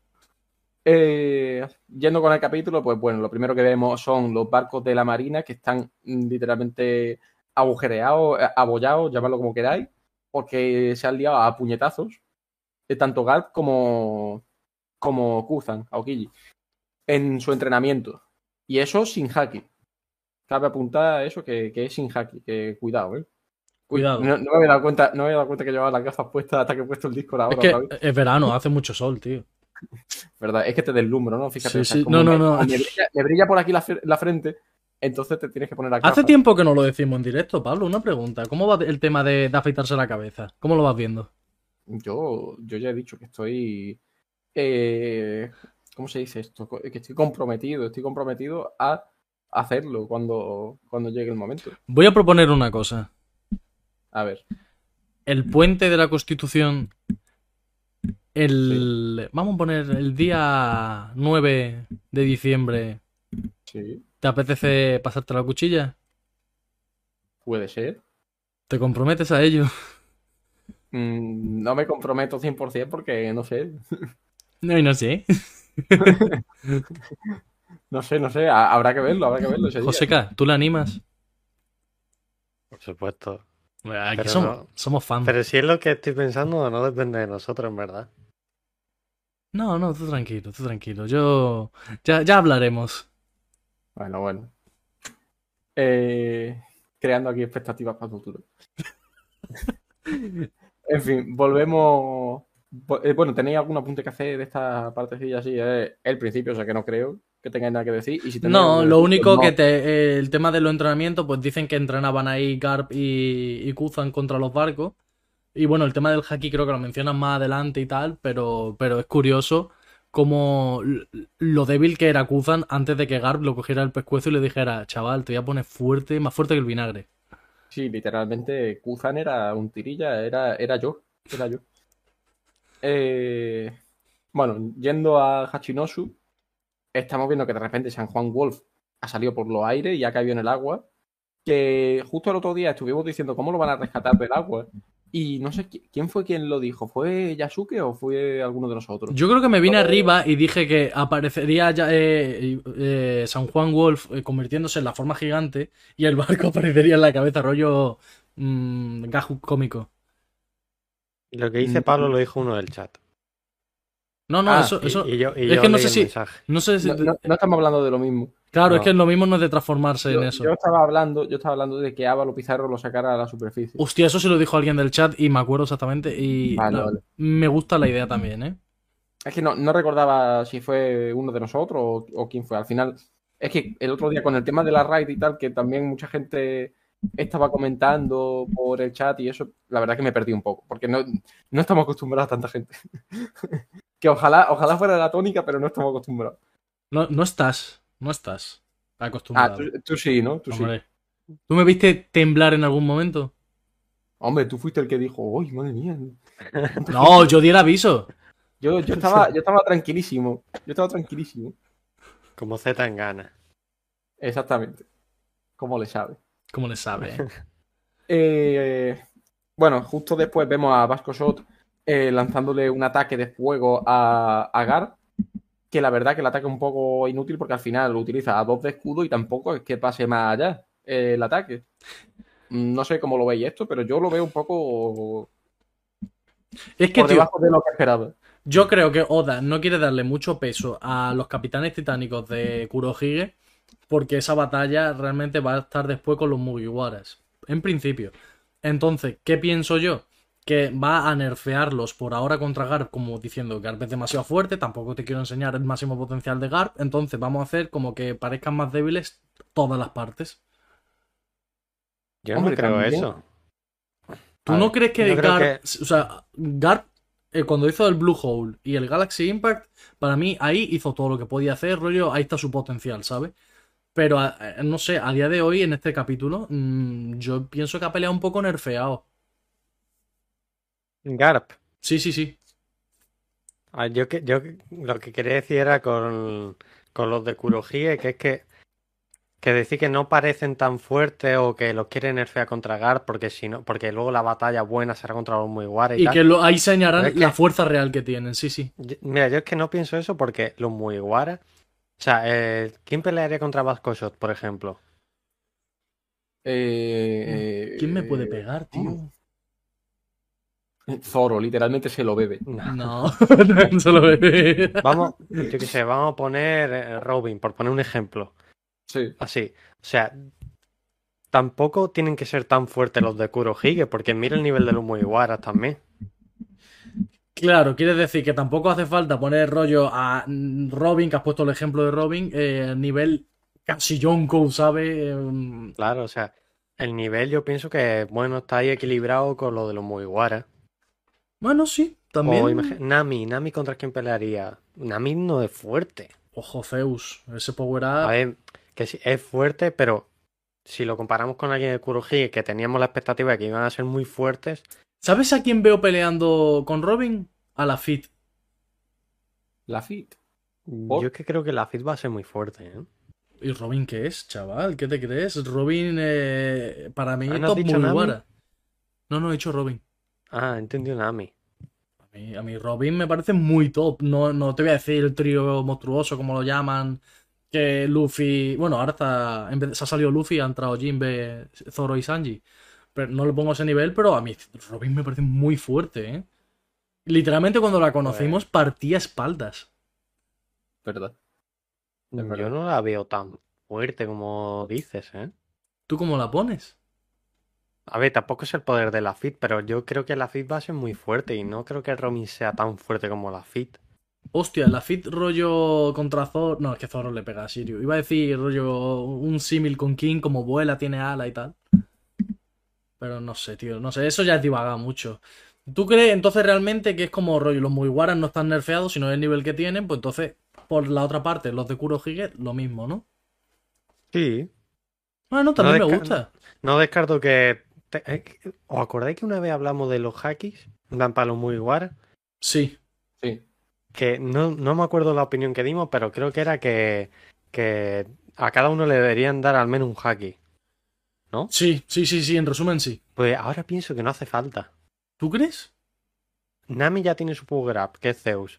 [SPEAKER 1] Eh, yendo con el capítulo, pues bueno, lo primero que vemos son los barcos de la marina que están mm, literalmente agujereados, eh, abollados, llamadlo como queráis, porque se han liado a puñetazos, eh, tanto Garp como, como Kuzan, Aokiji, en su entrenamiento. Y eso sin haki. Cabe apuntar eso que, que es sin haki, que cuidado, ¿eh?
[SPEAKER 2] Cuidado.
[SPEAKER 1] No, no me había dado cuenta, no me había dado cuenta que llevaba las gafas puestas hasta que he puesto el disco ahora.
[SPEAKER 2] Es que es verano, hace mucho sol, tío.
[SPEAKER 1] ¿verdad? Es que te deslumbro, ¿no? Fíjate.
[SPEAKER 2] Sí,
[SPEAKER 1] o sea,
[SPEAKER 2] sí.
[SPEAKER 1] como
[SPEAKER 2] No, no,
[SPEAKER 1] me-
[SPEAKER 2] no.
[SPEAKER 1] como Me brilla, me brilla por aquí la, fre- la frente, entonces te tienes que poner las
[SPEAKER 2] Hace
[SPEAKER 1] gafas.
[SPEAKER 2] tiempo que no lo decimos en directo, Pablo. Una pregunta. ¿Cómo va el tema de, de afeitarse la cabeza? ¿Cómo lo vas viendo?
[SPEAKER 1] Yo, yo ya he dicho que estoy. eh, ¿Cómo se dice esto? Co- Que estoy comprometido, estoy comprometido a hacerlo cuando, cuando llegue el momento.
[SPEAKER 2] Voy a proponer una cosa.
[SPEAKER 1] A ver,
[SPEAKER 2] El puente de la Constitución. El. Vamos a poner el día 9 de diciembre.
[SPEAKER 1] sí,
[SPEAKER 2] ¿Te apetece pasarte la cuchilla?
[SPEAKER 1] puede ser.
[SPEAKER 2] ¿Te comprometes a ello?
[SPEAKER 1] Mm, no me comprometo 100% porque no sé,
[SPEAKER 2] No, y no <laughs> sé.
[SPEAKER 1] no sé, no sé, ha- habrá que verlo, habrá que verlo. ese día.
[SPEAKER 2] Joseca, ¿tú la animas?
[SPEAKER 3] Por supuesto.
[SPEAKER 2] Aquí
[SPEAKER 3] Pero
[SPEAKER 2] Ah, somos,
[SPEAKER 3] no.
[SPEAKER 2] somos fans.
[SPEAKER 3] Pero si es lo que estoy pensando, no depende de nosotros, en verdad.
[SPEAKER 2] No, no, tú tranquilo, tú tranquilo. Yo. Ya, ya hablaremos.
[SPEAKER 1] Bueno, bueno. Eh, creando aquí expectativas para el futuro. <laughs> En fin, volvemos. vo- eh, Bueno, ¿tenéis algún apunte que hacer de esta partecilla así? Eh, el principio, o sea que no creo que tengáis nada que decir. Y si tenéis algo
[SPEAKER 2] No,
[SPEAKER 1] que
[SPEAKER 2] lo
[SPEAKER 1] decir,
[SPEAKER 2] único
[SPEAKER 1] pues
[SPEAKER 2] que
[SPEAKER 1] no.
[SPEAKER 2] te, eh, el tema de los entrenamientos, pues dicen que entrenaban ahí Garp y, y Kuzan contra los barcos. Y bueno, el tema del haki creo que lo mencionan más adelante y tal, pero, pero es curioso como lo débil que era Kuzan antes de que Garp lo cogiera el pescuezo y le dijera, chaval, te voy a poner fuerte, más fuerte que el vinagre.
[SPEAKER 1] Sí, literalmente, Kuzan era un tirilla, era, era yo. Era yo. Eh, bueno, yendo a Hachinosu, estamos viendo que de repente San Juan Wolf ha salido por los aires y ha caído en el agua. Que justo el otro día estuvimos diciendo cómo lo van a rescatar del agua. Y no sé qui- quién fue quien lo dijo. ¿Fue Yasuke o fue alguno de nosotros?
[SPEAKER 2] Yo creo que me vine arriba y dije que aparecería ya, eh, eh, San Juan Wolf eh, convirtiéndose en la forma gigante y el barco <laughs> aparecería en la cabeza, rollo mm, gajo cómico.
[SPEAKER 3] Lo que dice
[SPEAKER 1] Mm.
[SPEAKER 3] Pablo lo dijo uno del chat.
[SPEAKER 2] No, no,
[SPEAKER 1] Ah,
[SPEAKER 2] eso,
[SPEAKER 3] Y-
[SPEAKER 2] eso-
[SPEAKER 3] y yo, y
[SPEAKER 2] es
[SPEAKER 3] yo
[SPEAKER 2] que no
[SPEAKER 3] leí
[SPEAKER 2] sé
[SPEAKER 3] el
[SPEAKER 2] si-
[SPEAKER 3] mensaje.
[SPEAKER 2] no sé si-
[SPEAKER 1] No, no- no estamos hablando de lo mismo.
[SPEAKER 2] claro, es
[SPEAKER 3] no.
[SPEAKER 2] que lo mismo no es de transformarse
[SPEAKER 1] Yo,
[SPEAKER 2] en eso.
[SPEAKER 1] yo estaba hablando, yo estaba hablando de que Ávalo Pizarro lo sacara a la superficie.
[SPEAKER 2] Hostia, eso se lo dijo alguien del chat y me acuerdo exactamente y
[SPEAKER 1] Vale,
[SPEAKER 2] no,
[SPEAKER 1] vale.
[SPEAKER 2] me gusta la idea también, ¿eh?
[SPEAKER 1] Es que no, no recordaba si fue uno de nosotros o, o quién fue. Al final, es que el otro día con el tema de la raid y tal, que también mucha gente estaba comentando por el chat y eso, la verdad que me perdí un poco, porque no, no estamos acostumbrados a tanta gente. <laughs> que ojalá, ojalá fuera la tónica, pero no estamos acostumbrados.
[SPEAKER 2] No, no estás, no estás
[SPEAKER 1] Ah,
[SPEAKER 2] acostumbrado.
[SPEAKER 1] tú, tú sí, ¿no? Tú sí.
[SPEAKER 2] hombre. ¿Tú me viste temblar en algún momento?
[SPEAKER 1] Hombre, tú fuiste el que dijo, ¡ay, madre mía!
[SPEAKER 2] No, yo di el aviso.
[SPEAKER 1] Yo, yo, estaba, yo estaba tranquilísimo, yo estaba tranquilísimo.
[SPEAKER 3] Como Z en gana.
[SPEAKER 1] Exactamente. ¿Cómo le sabe?
[SPEAKER 2] ¿Cómo le sabe?
[SPEAKER 1] <laughs>
[SPEAKER 2] eh?
[SPEAKER 1] Eh, bueno, justo después vemos a Vasco Shot eh, lanzándole un ataque de fuego a, a Gar, que la verdad que el ataque es un poco inútil porque al final lo utiliza a dos de escudo y tampoco es que pase más allá eh, el ataque. Mm, No sé cómo lo veis esto, pero yo lo veo un poco
[SPEAKER 2] Es que,
[SPEAKER 1] por
[SPEAKER 2] tío,
[SPEAKER 1] debajo de lo que esperaba.
[SPEAKER 2] yo creo que Oda no quiere darle mucho peso a los capitanes titánicos de Kurohige porque esa batalla realmente va a estar después con los Mugiwaras. En principio. Entonces, ¿qué pienso yo? Que va a nerfearlos por ahora contra Garp, como diciendo Garp es demasiado fuerte, tampoco te quiero enseñar el máximo potencial de Garp, entonces vamos a hacer como que parezcan más débiles todas las partes.
[SPEAKER 3] Yo
[SPEAKER 1] Hombre,
[SPEAKER 3] no creo
[SPEAKER 1] también.
[SPEAKER 3] eso.
[SPEAKER 2] ¿Tú
[SPEAKER 1] A
[SPEAKER 2] no
[SPEAKER 1] ver,
[SPEAKER 2] crees que
[SPEAKER 3] yo creo
[SPEAKER 2] Garp, o sea, Garp eh, cuando hizo el Blue Hole y el Galaxy Impact, para mí ahí hizo todo lo que podía hacer, rollo, ahí está su potencial, ¿sabes? Pero a- a- no sé, a día de hoy en este capítulo, mm, yo pienso que ha peleado un poco nerfeado.
[SPEAKER 3] Garp.
[SPEAKER 2] Sí, sí, sí.
[SPEAKER 3] Ah, Yo, que- yo que- lo que quería decir era con con los de Kurohige, que es que, que decir que no parecen tan fuertes o que los quieren nerfear contra Gar, porque si no, porque luego la batalla buena será contra los Mugiwara y,
[SPEAKER 2] Y
[SPEAKER 3] tal.
[SPEAKER 2] que lo, ahí señalarán
[SPEAKER 3] Pero es que-
[SPEAKER 2] la fuerza real que tienen, sí, sí.
[SPEAKER 3] Yo- Mira, yo es que no pienso eso porque los Mugiwara. O sea, eh, ¿quién pelearía contra Vasco Shot, por ejemplo?
[SPEAKER 1] Eh,
[SPEAKER 2] ¿Quién me puede
[SPEAKER 1] eh,
[SPEAKER 2] pegar, tío?
[SPEAKER 1] Zoro, literalmente se lo bebe.
[SPEAKER 3] No.
[SPEAKER 2] <laughs> No, no se lo ve.
[SPEAKER 3] Vamos, yo qué sé, vamos a poner eh, Robin, por poner un ejemplo.
[SPEAKER 1] Sí.
[SPEAKER 3] Así. O sea, tampoco tienen que ser tan fuertes los de Kurohige, porque mira el nivel de los Mugiwara también.
[SPEAKER 2] Claro, quiere decir que tampoco hace falta poner rollo a mm, Robin, que has puesto el ejemplo de Robin, eh, nivel casi Yonko, ¿sabes? Eh,
[SPEAKER 3] Claro, o sea, el nivel yo pienso que, bueno, está ahí equilibrado con lo de los Mugiwara.
[SPEAKER 2] Bueno, sí,
[SPEAKER 3] O imagi-
[SPEAKER 2] también.
[SPEAKER 3] Nami, Nami contra quién pelearía. Nami no es fuerte.
[SPEAKER 2] Ojo, Zeus, ese power
[SPEAKER 3] A
[SPEAKER 2] up.
[SPEAKER 3] ver, que sí, es fuerte, pero si lo comparamos con alguien de Kurohige, que teníamos la expectativa de que iban a ser muy fuertes,
[SPEAKER 2] ¿Sabes a quién veo peleando con Robin? A la Fit.
[SPEAKER 1] La fit.
[SPEAKER 3] yo es que creo que la fit va a ser muy fuerte, ¿eh?
[SPEAKER 2] ¿Y Robin qué es, chaval? ¿Qué te crees? Robin, eh, para mí
[SPEAKER 3] Ah,
[SPEAKER 2] es
[SPEAKER 3] ¿no has
[SPEAKER 2] top
[SPEAKER 3] dicho Nami?
[SPEAKER 2] Mugiwara. No, no, he dicho Robin.
[SPEAKER 3] Ah, entendió Nami.
[SPEAKER 2] A mí, a mí Robin me parece muy top. No, no te voy a decir el trío monstruoso, como lo llaman. Que Luffy. Bueno, ahora está. en vez- se ha salido Luffy, ha entrado Jinbe, Zoro y Sanji. Pero no le pongo ese nivel, pero a mí Robin me parece muy fuerte, ¿eh? Literalmente cuando la conocimos partía espaldas.
[SPEAKER 1] ¿Verdad? Es verdad.
[SPEAKER 3] Yo no la veo tan fuerte como dices, ¿eh?
[SPEAKER 2] ¿Tú cómo la pones?
[SPEAKER 3] A ver, tampoco es el poder de la fit, pero yo creo que la fit va a ser muy fuerte y no creo que Robin sea tan fuerte como la fit.
[SPEAKER 2] Hostia, la fit rollo contra Zoro. No, es que Zoro le pega a Sirio. Iba a decir rollo un símil con King, como vuela, tiene ala y tal. Pero no sé, tío, no sé, eso ya es divagar mucho. ¿Tú crees entonces realmente que es como rollo? Los Mugiwaras no están nerfeados, sino es el nivel que tienen, pues entonces, por la otra parte, los de Kurohige, lo mismo, ¿no?
[SPEAKER 3] Sí.
[SPEAKER 2] Bueno, también me
[SPEAKER 3] desca-
[SPEAKER 2] gusta.
[SPEAKER 3] No descarto que... te- eh, que- ¿Os acordáis que una vez hablamos de los hackis? Dan palo muy guar.
[SPEAKER 2] Sí.
[SPEAKER 1] Sí.
[SPEAKER 3] que no, no me acuerdo la opinión que dimos, pero creo que era que, que a cada uno le deberían dar al menos un haki.
[SPEAKER 2] Sí, sí, sí, sí, en resumen, sí.
[SPEAKER 3] Pues ahora pienso que no hace falta.
[SPEAKER 2] ¿Tú crees?
[SPEAKER 3] Nami ya tiene su power up, que es Zeus,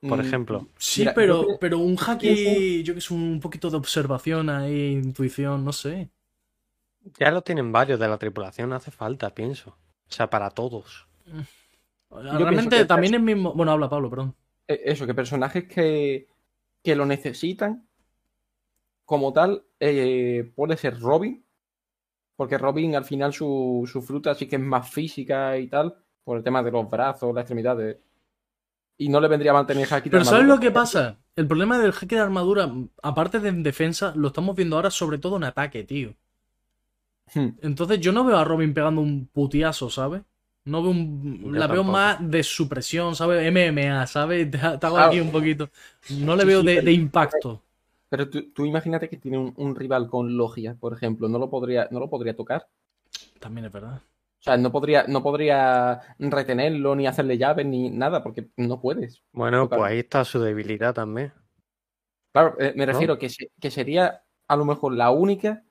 [SPEAKER 3] por
[SPEAKER 1] Mm,
[SPEAKER 3] ejemplo.
[SPEAKER 2] Sí,
[SPEAKER 1] Mira,
[SPEAKER 2] pero,
[SPEAKER 1] yo creo-
[SPEAKER 2] pero un haki, yo que sé, un poquito de observación ahí, intuición, no sé.
[SPEAKER 3] Ya lo tienen varios de la tripulación, no hace falta, pienso. O sea, para todos.
[SPEAKER 1] pienso
[SPEAKER 2] Realmente
[SPEAKER 1] que-
[SPEAKER 2] también es mismo. Bueno, habla Pablo, perdón.
[SPEAKER 1] eh, Eso, que personajes que, que lo necesitan, como tal, eh, puede ser Robin, porque Robin al final su, su fruta sí que es más física y tal, por el tema de los brazos, las extremidades. Y no le vendría a mantener aquí
[SPEAKER 2] Pero ¿sabes lo que pasa? El problema del jaque de armadura, aparte de en defensa, lo estamos viendo ahora sobre todo en ataque, tío.
[SPEAKER 1] Hmm.
[SPEAKER 2] Entonces yo no veo a Robin pegando un putiazo, ¿sabes? No veo un.
[SPEAKER 3] Yo
[SPEAKER 2] La veo
[SPEAKER 3] tampoco.
[SPEAKER 2] más de supresión, ¿sabes? MMA, ¿sabes? <laughs> Te te hago
[SPEAKER 1] Claro.
[SPEAKER 2] aquí un poquito. No le
[SPEAKER 1] Ah. Sí,
[SPEAKER 2] veo
[SPEAKER 1] sí,
[SPEAKER 2] de,
[SPEAKER 1] pero-
[SPEAKER 2] de impacto.
[SPEAKER 1] Pero tú, tú imagínate que tiene un, un rival con Logia, por ejemplo, no lo podría, no lo podría tocar.
[SPEAKER 2] También es verdad.
[SPEAKER 1] O sea, no podría, no podría retenerlo, ni hacerle llaves, ni nada, porque no puedes.
[SPEAKER 3] Bueno,
[SPEAKER 1] Total.
[SPEAKER 3] pues ahí está su debilidad también.
[SPEAKER 1] Claro, eh, me
[SPEAKER 3] ¿No?
[SPEAKER 1] refiero que, se- que sería a lo mejor la única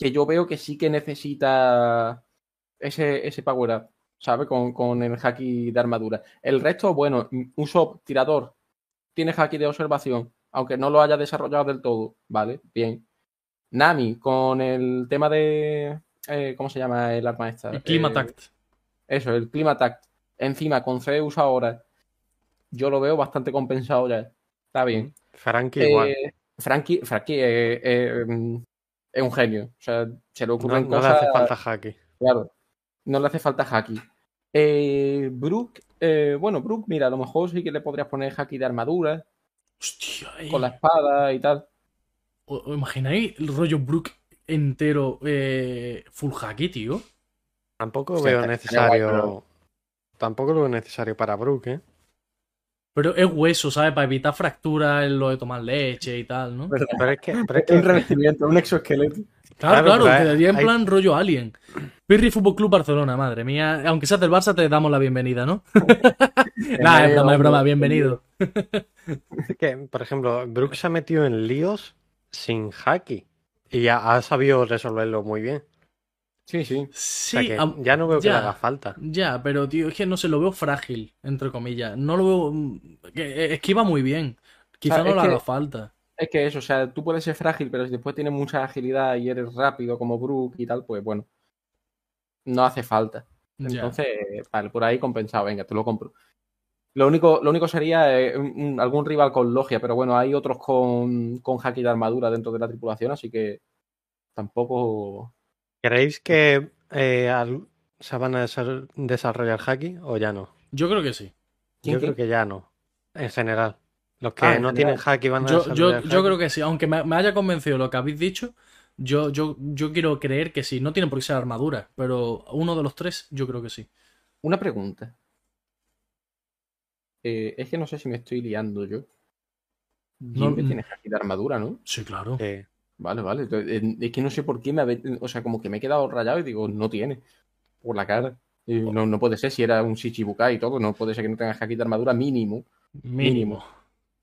[SPEAKER 1] que yo veo que sí que necesita ese, ese power up, ¿sabes? Con, con el haki de armadura. El resto, bueno, uso tirador, tiene haki de observación, aunque no lo haya desarrollado del todo, ¿vale? Bien. Nami, con el tema de. eh, ¿Cómo se llama el arma esta?
[SPEAKER 2] El clima
[SPEAKER 1] Eh,
[SPEAKER 2] tact.
[SPEAKER 1] eso, el Climatact. Encima, con Zeus ahora, yo lo veo bastante compensado ya. Está bien.
[SPEAKER 3] Frankie
[SPEAKER 1] Eh,
[SPEAKER 3] igual.
[SPEAKER 1] Frankie, Frankie eh, eh, mm, es un genio. O sea, se le
[SPEAKER 3] No,
[SPEAKER 1] ocurren
[SPEAKER 3] no le
[SPEAKER 1] cosas.
[SPEAKER 3] hace falta haki.
[SPEAKER 1] Claro, no le hace falta haki. Eh, Brook, eh, bueno, Brook, mira, a lo mejor sí que le podrías poner haki de armadura
[SPEAKER 2] Hostia, eh.
[SPEAKER 1] con la espada y tal.
[SPEAKER 2] ¿O- o imagináis el rollo Brook entero eh, full haki, tío?
[SPEAKER 3] Tampoco
[SPEAKER 1] Sí,
[SPEAKER 3] veo
[SPEAKER 1] estaría
[SPEAKER 3] necesario.
[SPEAKER 1] guay, pero-
[SPEAKER 3] Tampoco lo veo necesario para Brook, ¿eh?
[SPEAKER 2] Pero es hueso, ¿sabes? Para evitar fracturas en lo de tomar leche y tal, ¿no?
[SPEAKER 1] Pero-
[SPEAKER 3] Pero es que, pero es
[SPEAKER 1] Un
[SPEAKER 3] que
[SPEAKER 1] revestimiento, un exoesqueleto.
[SPEAKER 3] claro,
[SPEAKER 2] Claro, claro,
[SPEAKER 3] pero
[SPEAKER 2] te
[SPEAKER 3] hay-
[SPEAKER 2] daría en
[SPEAKER 3] hay-
[SPEAKER 2] plan rollo alien. Pirri Fútbol Club Barcelona, <laughs> madre mía. Aunque seas del Barça, te damos la bienvenida, ¿no? Nada, es broma, es broma, bienvenido.
[SPEAKER 3] Es que, por ejemplo, Brook se ha metido en líos sin haki y ha, ha sabido resolverlo muy bien.
[SPEAKER 1] Sí, sí.
[SPEAKER 3] O
[SPEAKER 2] Sí,
[SPEAKER 3] sea que
[SPEAKER 2] am-
[SPEAKER 3] ya no veo que le
[SPEAKER 2] ya.
[SPEAKER 3] haga falta.
[SPEAKER 2] Ya, pero tío, es que no se lo veo frágil, entre comillas. No lo veo. mm, que- Esquiva muy bien. Quizá
[SPEAKER 1] Ah,
[SPEAKER 2] no
[SPEAKER 1] es
[SPEAKER 2] le
[SPEAKER 1] que-
[SPEAKER 2] haga falta.
[SPEAKER 1] Es que eso, o sea, tú puedes ser frágil, pero si después tienes mucha agilidad y eres rápido como Brook y tal, pues bueno, no hace falta.
[SPEAKER 2] Ya.
[SPEAKER 1] Entonces, vale, por ahí compensado, venga, te lo compro. Lo único, lo único sería eh, un- un- algún rival con logia, pero bueno, hay otros con, con haki de armadura dentro de la tripulación, así que tampoco.
[SPEAKER 3] ¿Creéis que eh, al- se van a desa- desarrollar haki o ya no?
[SPEAKER 2] Yo creo que sí.
[SPEAKER 1] ¿Quién,
[SPEAKER 3] Yo creo
[SPEAKER 1] quién?
[SPEAKER 3] que ya no. En general. Los que
[SPEAKER 1] Ah, en
[SPEAKER 3] no
[SPEAKER 1] general.
[SPEAKER 3] tienen haki van a
[SPEAKER 2] Yo, yo,
[SPEAKER 3] desarrollar
[SPEAKER 2] yo
[SPEAKER 3] haki.
[SPEAKER 2] creo que sí. Aunque me, me haya convencido lo que habéis dicho, yo, yo, yo quiero creer que sí. No tiene por qué ser armadura, pero uno de los tres, yo creo que sí.
[SPEAKER 1] Una pregunta. Eh, es que no sé si me estoy liando yo.
[SPEAKER 2] No,
[SPEAKER 1] Jimbe
[SPEAKER 2] mm.
[SPEAKER 1] tiene haki de armadura, ¿no?
[SPEAKER 2] Sí, claro.
[SPEAKER 3] Sí.
[SPEAKER 1] Vale, vale. Entonces, eh, Es que no sé por qué me habe- O sea, como que me he quedado rayado y digo, no tiene. Por la cara. Y no, no puede ser si era un Shichibukai y todo. No puede ser que no tenga haki de armadura mínimo.
[SPEAKER 2] Mínimo.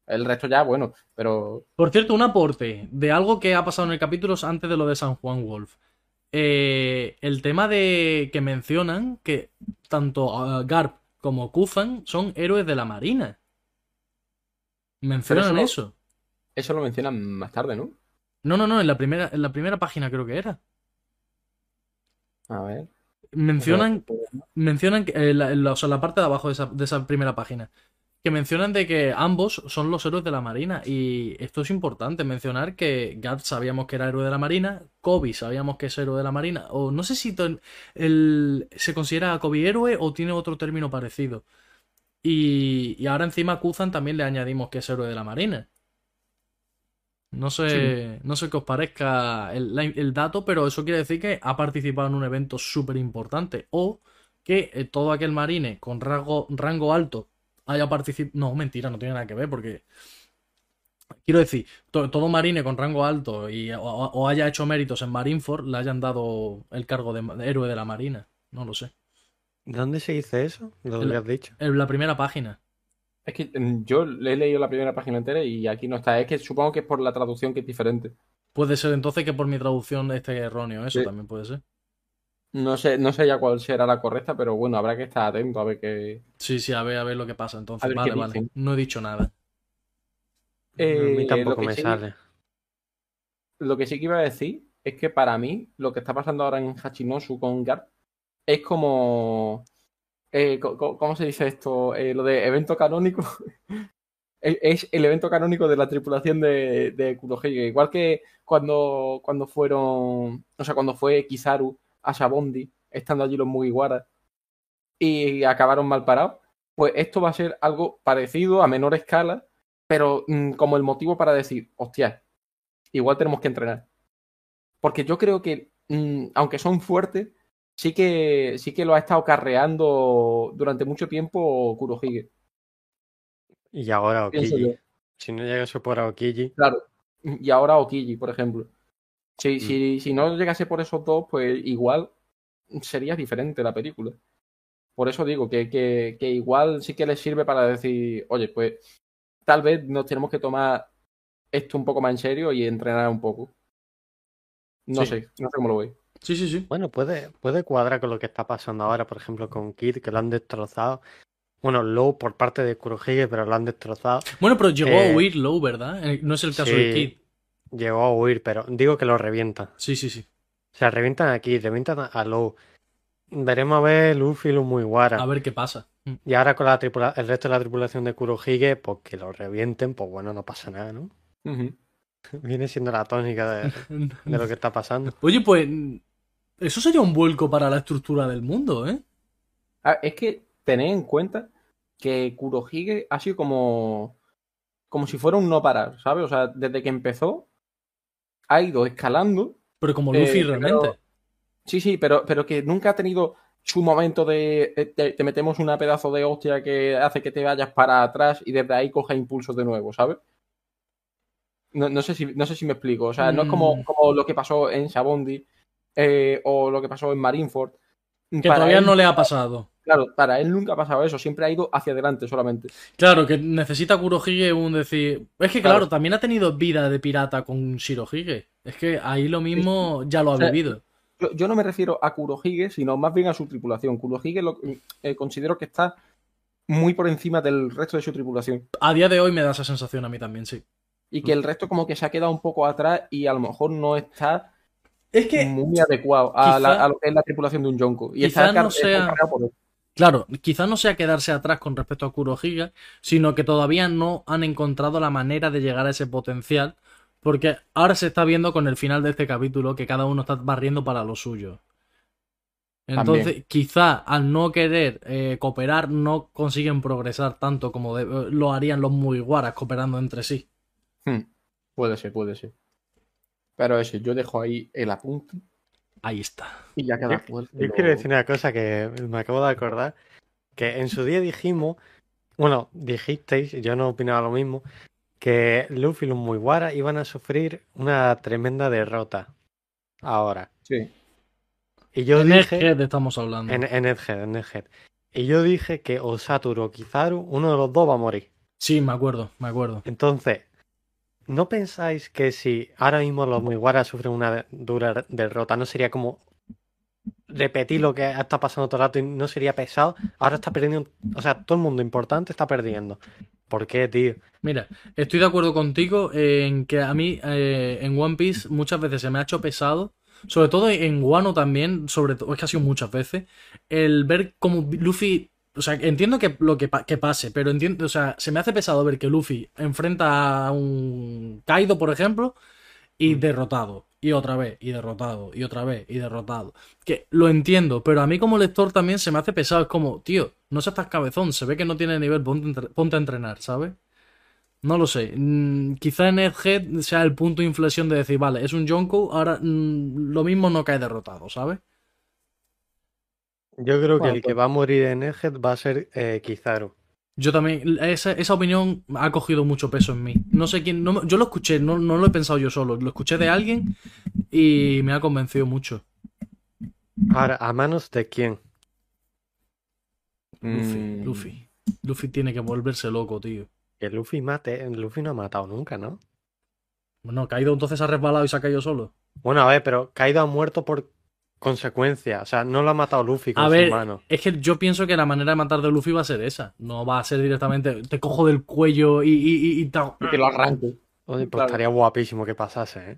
[SPEAKER 1] El resto ya, bueno. Pero
[SPEAKER 2] Por cierto, un aporte de algo que ha pasado en el capítulo antes de lo de San Juan Wolf. Eh, el tema de que mencionan que tanto ah, Garp como Kufan son héroes de la Marina. Mencionan
[SPEAKER 1] Pero
[SPEAKER 2] eso.
[SPEAKER 1] eso eso lo mencionan más tarde, ¿no?
[SPEAKER 2] No, no, no, en la primera, en la primera página creo que era.
[SPEAKER 1] A ver.
[SPEAKER 2] Mencionan, mencionan que- eh, la, la- o sea, la parte de abajo de esa, de esa primera página. Que mencionan de que ambos son los héroes de la Marina. Y esto es importante, mencionar que Gad sabíamos que era héroe de la Marina, Kobe sabíamos que es héroe de la Marina. O no sé si ton- el- se considera a Kobe héroe o tiene otro término parecido. Y, y ahora encima a Kuzan también le añadimos que es héroe de la Marina. No sé, no sé qué os parezca el, la- el dato, pero eso quiere decir que ha participado en un evento súper importante. O que eh, todo aquel marine con rango, rango alto haya participado. No, mentira, no tiene nada que ver, porque. Quiero decir, to- todo marine con rango alto y, o, o haya hecho méritos en Marineford le hayan dado el cargo de, ma- de héroe de la marina. No lo sé.
[SPEAKER 3] ¿Dónde se dice eso? Lo
[SPEAKER 2] En la-
[SPEAKER 3] que has dicho.
[SPEAKER 2] En la primera página.
[SPEAKER 1] Es que mm, yo le he leído la primera página entera y aquí no está. Es que supongo que es por la traducción que es diferente.
[SPEAKER 2] Puede ser entonces que por mi traducción esté erróneo, eso
[SPEAKER 1] Sí.
[SPEAKER 2] también puede ser.
[SPEAKER 1] No sé, no sé ya cuál será la correcta, pero bueno, habrá que estar atento a ver qué.
[SPEAKER 2] Sí, sí, a ver, a ver lo que pasa entonces.
[SPEAKER 1] A ver qué
[SPEAKER 2] vale, vale.
[SPEAKER 1] dicen.
[SPEAKER 2] No he dicho nada.
[SPEAKER 3] a
[SPEAKER 1] Eh,
[SPEAKER 3] mí
[SPEAKER 1] lo
[SPEAKER 3] tampoco
[SPEAKER 1] que
[SPEAKER 3] me
[SPEAKER 1] sí-
[SPEAKER 3] sale.
[SPEAKER 1] Lo que sí que iba a decir es que para mí lo que está pasando ahora en Hachinosu con Garp es como... eh, co- co- ¿Cómo se dice esto? Eh, lo de evento canónico. <laughs> es, es el evento canónico de la tripulación de, de Kurohige. Igual que cuando, cuando fueron... O sea, cuando fue Kizaru a Shabondi, estando allí los Mugiwara, y acabaron mal parados. Pues esto va a ser algo parecido a menor escala, pero mm, como el motivo para decir, hostia, igual tenemos que entrenar. Porque yo creo que, mm, aunque son fuertes, sí que, sí que lo ha estado carreando durante mucho tiempo Kurohige.
[SPEAKER 3] Y ahora
[SPEAKER 1] Pienso yo.
[SPEAKER 3] Okiji. Si no llega a superar a Okiji,
[SPEAKER 1] Claro. Y ahora Okiji, por ejemplo. Si,
[SPEAKER 3] Mm.
[SPEAKER 1] si, si no llegase por esos dos, pues igual sería diferente la película. Por eso digo que, que- que igual sí que les sirve para decir, oye, pues tal vez nos tenemos que tomar esto un poco más en serio y entrenar un poco. No
[SPEAKER 2] Sí.
[SPEAKER 1] sé, no sé cómo lo veis.
[SPEAKER 2] Sí, sí, sí.
[SPEAKER 3] Bueno, puede, puede cuadrar con lo que está pasando ahora, por ejemplo, con Kid, que lo han destrozado. Bueno, Low por parte de Kurohige, pero lo han destrozado.
[SPEAKER 2] Bueno, pero llegó
[SPEAKER 3] Eh,
[SPEAKER 2] a huir Low, ¿verdad? Eh, No es el caso de
[SPEAKER 3] sí.
[SPEAKER 2] Kid.
[SPEAKER 3] Llegó a huir, pero digo que lo revientan.
[SPEAKER 2] Sí, sí, sí.
[SPEAKER 3] O sea, revientan aquí, revientan a- a Low. Veremos a ver Luffy y los
[SPEAKER 1] Ah.
[SPEAKER 3] Mugiwara.
[SPEAKER 2] A ver qué pasa. <laughs> Mm.
[SPEAKER 3] Y ahora con la tripula- el resto de la tripulación de Kurohige, pues que lo revienten, pues bueno, no pasa nada, ¿no? <laughs>
[SPEAKER 1] Ujú.
[SPEAKER 3] Viene siendo la tónica de, de lo que está pasando.
[SPEAKER 2] Oye, pues. mm, Eso sería un vuelco para la estructura del mundo, ¿eh?
[SPEAKER 1] Ah, es que tened en cuenta que Kurohige ha sido como, como si fuera un no parar, ¿sabes? O sea, desde que empezó ha ido escalando.
[SPEAKER 2] Pero como Luffy
[SPEAKER 1] Eh,
[SPEAKER 2] realmente.
[SPEAKER 1] pero- Sí, sí, pero, pero que nunca ha tenido su momento de eh, te, te metemos una pedazo de hostia que hace que te vayas para atrás y desde ahí coja impulso de nuevo, ¿sabes? No, no sé si, no sé si me explico. O sea, no es como,
[SPEAKER 2] Mm.
[SPEAKER 1] como lo que pasó en Sabondi eh, o lo que pasó en Marineford.
[SPEAKER 2] Que todavía no le ha pasado.
[SPEAKER 1] Claro, para él nunca ha pasado eso, siempre ha ido hacia adelante solamente.
[SPEAKER 2] Claro, que necesita Kurohige un decir. Es que, claro,
[SPEAKER 1] Claro.
[SPEAKER 2] también ha tenido vida de pirata con Shirohige. Es que ahí lo mismo ya lo ha
[SPEAKER 1] O sea,
[SPEAKER 2] vivido.
[SPEAKER 1] Yo, yo no me refiero a Kurohige, sino más bien a su tripulación. Kurohige lo, eh, considero que está muy por encima del resto de su tripulación
[SPEAKER 2] A día de hoy me da esa sensación a mí también, sí.
[SPEAKER 1] y que el resto como que se ha quedado un poco atrás y a lo mejor no está
[SPEAKER 2] Es que.
[SPEAKER 1] muy adecuado a,
[SPEAKER 2] quizá-
[SPEAKER 1] la- a lo que es la tripulación de un Yonko. Y
[SPEAKER 2] quizá
[SPEAKER 1] está car-
[SPEAKER 2] no
[SPEAKER 1] está
[SPEAKER 2] sea-
[SPEAKER 1] encargado por él.
[SPEAKER 2] Claro, quizás no sea quedarse atrás con respecto a Kurohige, sino que todavía no han encontrado la manera de llegar a ese potencial, porque ahora se está viendo con el final de este capítulo que cada uno está barriendo para lo suyo. Entonces, quizá al no querer eh, cooperar, no consiguen progresar tanto como de- eh, lo harían los Mugiwaras cooperando entre sí.
[SPEAKER 1] Hmm, Puede ser, puede ser. Pero eso, yo dejo ahí el apunte
[SPEAKER 2] Ahí está.
[SPEAKER 1] y ya cada cual que
[SPEAKER 3] Yo
[SPEAKER 1] lo-
[SPEAKER 3] quiero decir una cosa que me acabo de acordar, que en su día dijimos, bueno, dijisteis, y yo no opinaba lo mismo, que Luffy y los Mugiwara iban a sufrir una tremenda derrota ahora.
[SPEAKER 1] Sí.
[SPEAKER 3] Y yo
[SPEAKER 2] En
[SPEAKER 3] dije
[SPEAKER 2] Egghead estamos hablando.
[SPEAKER 3] en, en Egghead, en Egghead. Y yo dije que o Satoru o Kizaru, uno de los dos va a morir.
[SPEAKER 2] Sí, me acuerdo, me acuerdo.
[SPEAKER 3] Entonces, ¿no pensáis que si ahora mismo los Mugiwara sufren una de- dura derrota, no sería como repetir lo que ha estado pasando todo el rato y no sería pesado? Ahora está perdiendo, o sea, todo el mundo importante está perdiendo. ¿Por qué, tío?
[SPEAKER 2] Mira, estoy de acuerdo contigo en que a mí eh, en One Piece muchas veces se me ha hecho pesado, sobre todo en Wano también, sobre todo, es que ha sido muchas veces, el ver cómo Luffy, o sea, entiendo que lo que, pa- que pase, pero entiendo, o sea, se me hace pesado ver que Luffy enfrenta a un Kaido, por ejemplo, y derrotado, y otra vez, y derrotado, y otra vez, y derrotado. Que lo entiendo, pero a mí como lector también se me hace pesado, es como, tío, no seas tan cabezón, se ve que no tiene nivel, ponte a entre- ponte a entrenar, ¿sabes? No lo sé. Mm, quizá en Head sea el punto de inflexión de decir, vale, es un Yonko, ahora mm, lo mismo no cae derrotado, ¿sabes?
[SPEAKER 3] Yo creo que
[SPEAKER 1] Bueno,
[SPEAKER 3] el que
[SPEAKER 1] pues-
[SPEAKER 3] va a morir en Egghead va a ser eh, Kizaru.
[SPEAKER 2] Yo también, esa, esa opinión ha cogido mucho peso en mí. No sé quién, no- yo lo escuché, no, no lo he pensado yo solo, lo escuché de alguien y me ha convencido mucho.
[SPEAKER 3] Ahora, ¿a manos de quién?
[SPEAKER 2] Luffy,
[SPEAKER 1] Mm,
[SPEAKER 2] Luffy. Luffy tiene que volverse loco, tío.
[SPEAKER 3] Que Luffy mate. Luffy no ha matado nunca, ¿no?
[SPEAKER 2] Bueno, Kaido entonces se ha resbalado y se ha caído solo.
[SPEAKER 3] Bueno, a ver, pero Kaido ha muerto por consecuencia. O sea, no lo ha matado Luffy con
[SPEAKER 2] A
[SPEAKER 3] su
[SPEAKER 2] ver,
[SPEAKER 3] mano.
[SPEAKER 2] Es que yo pienso que la manera de matar de Luffy va a ser esa. No va a ser directamente, te cojo del cuello y, y, y- y te hago-
[SPEAKER 1] y que lo arranque.
[SPEAKER 3] Oye, pues
[SPEAKER 1] Claro.
[SPEAKER 3] estaría guapísimo que
[SPEAKER 1] <laughs>
[SPEAKER 3] pasase, ¿eh?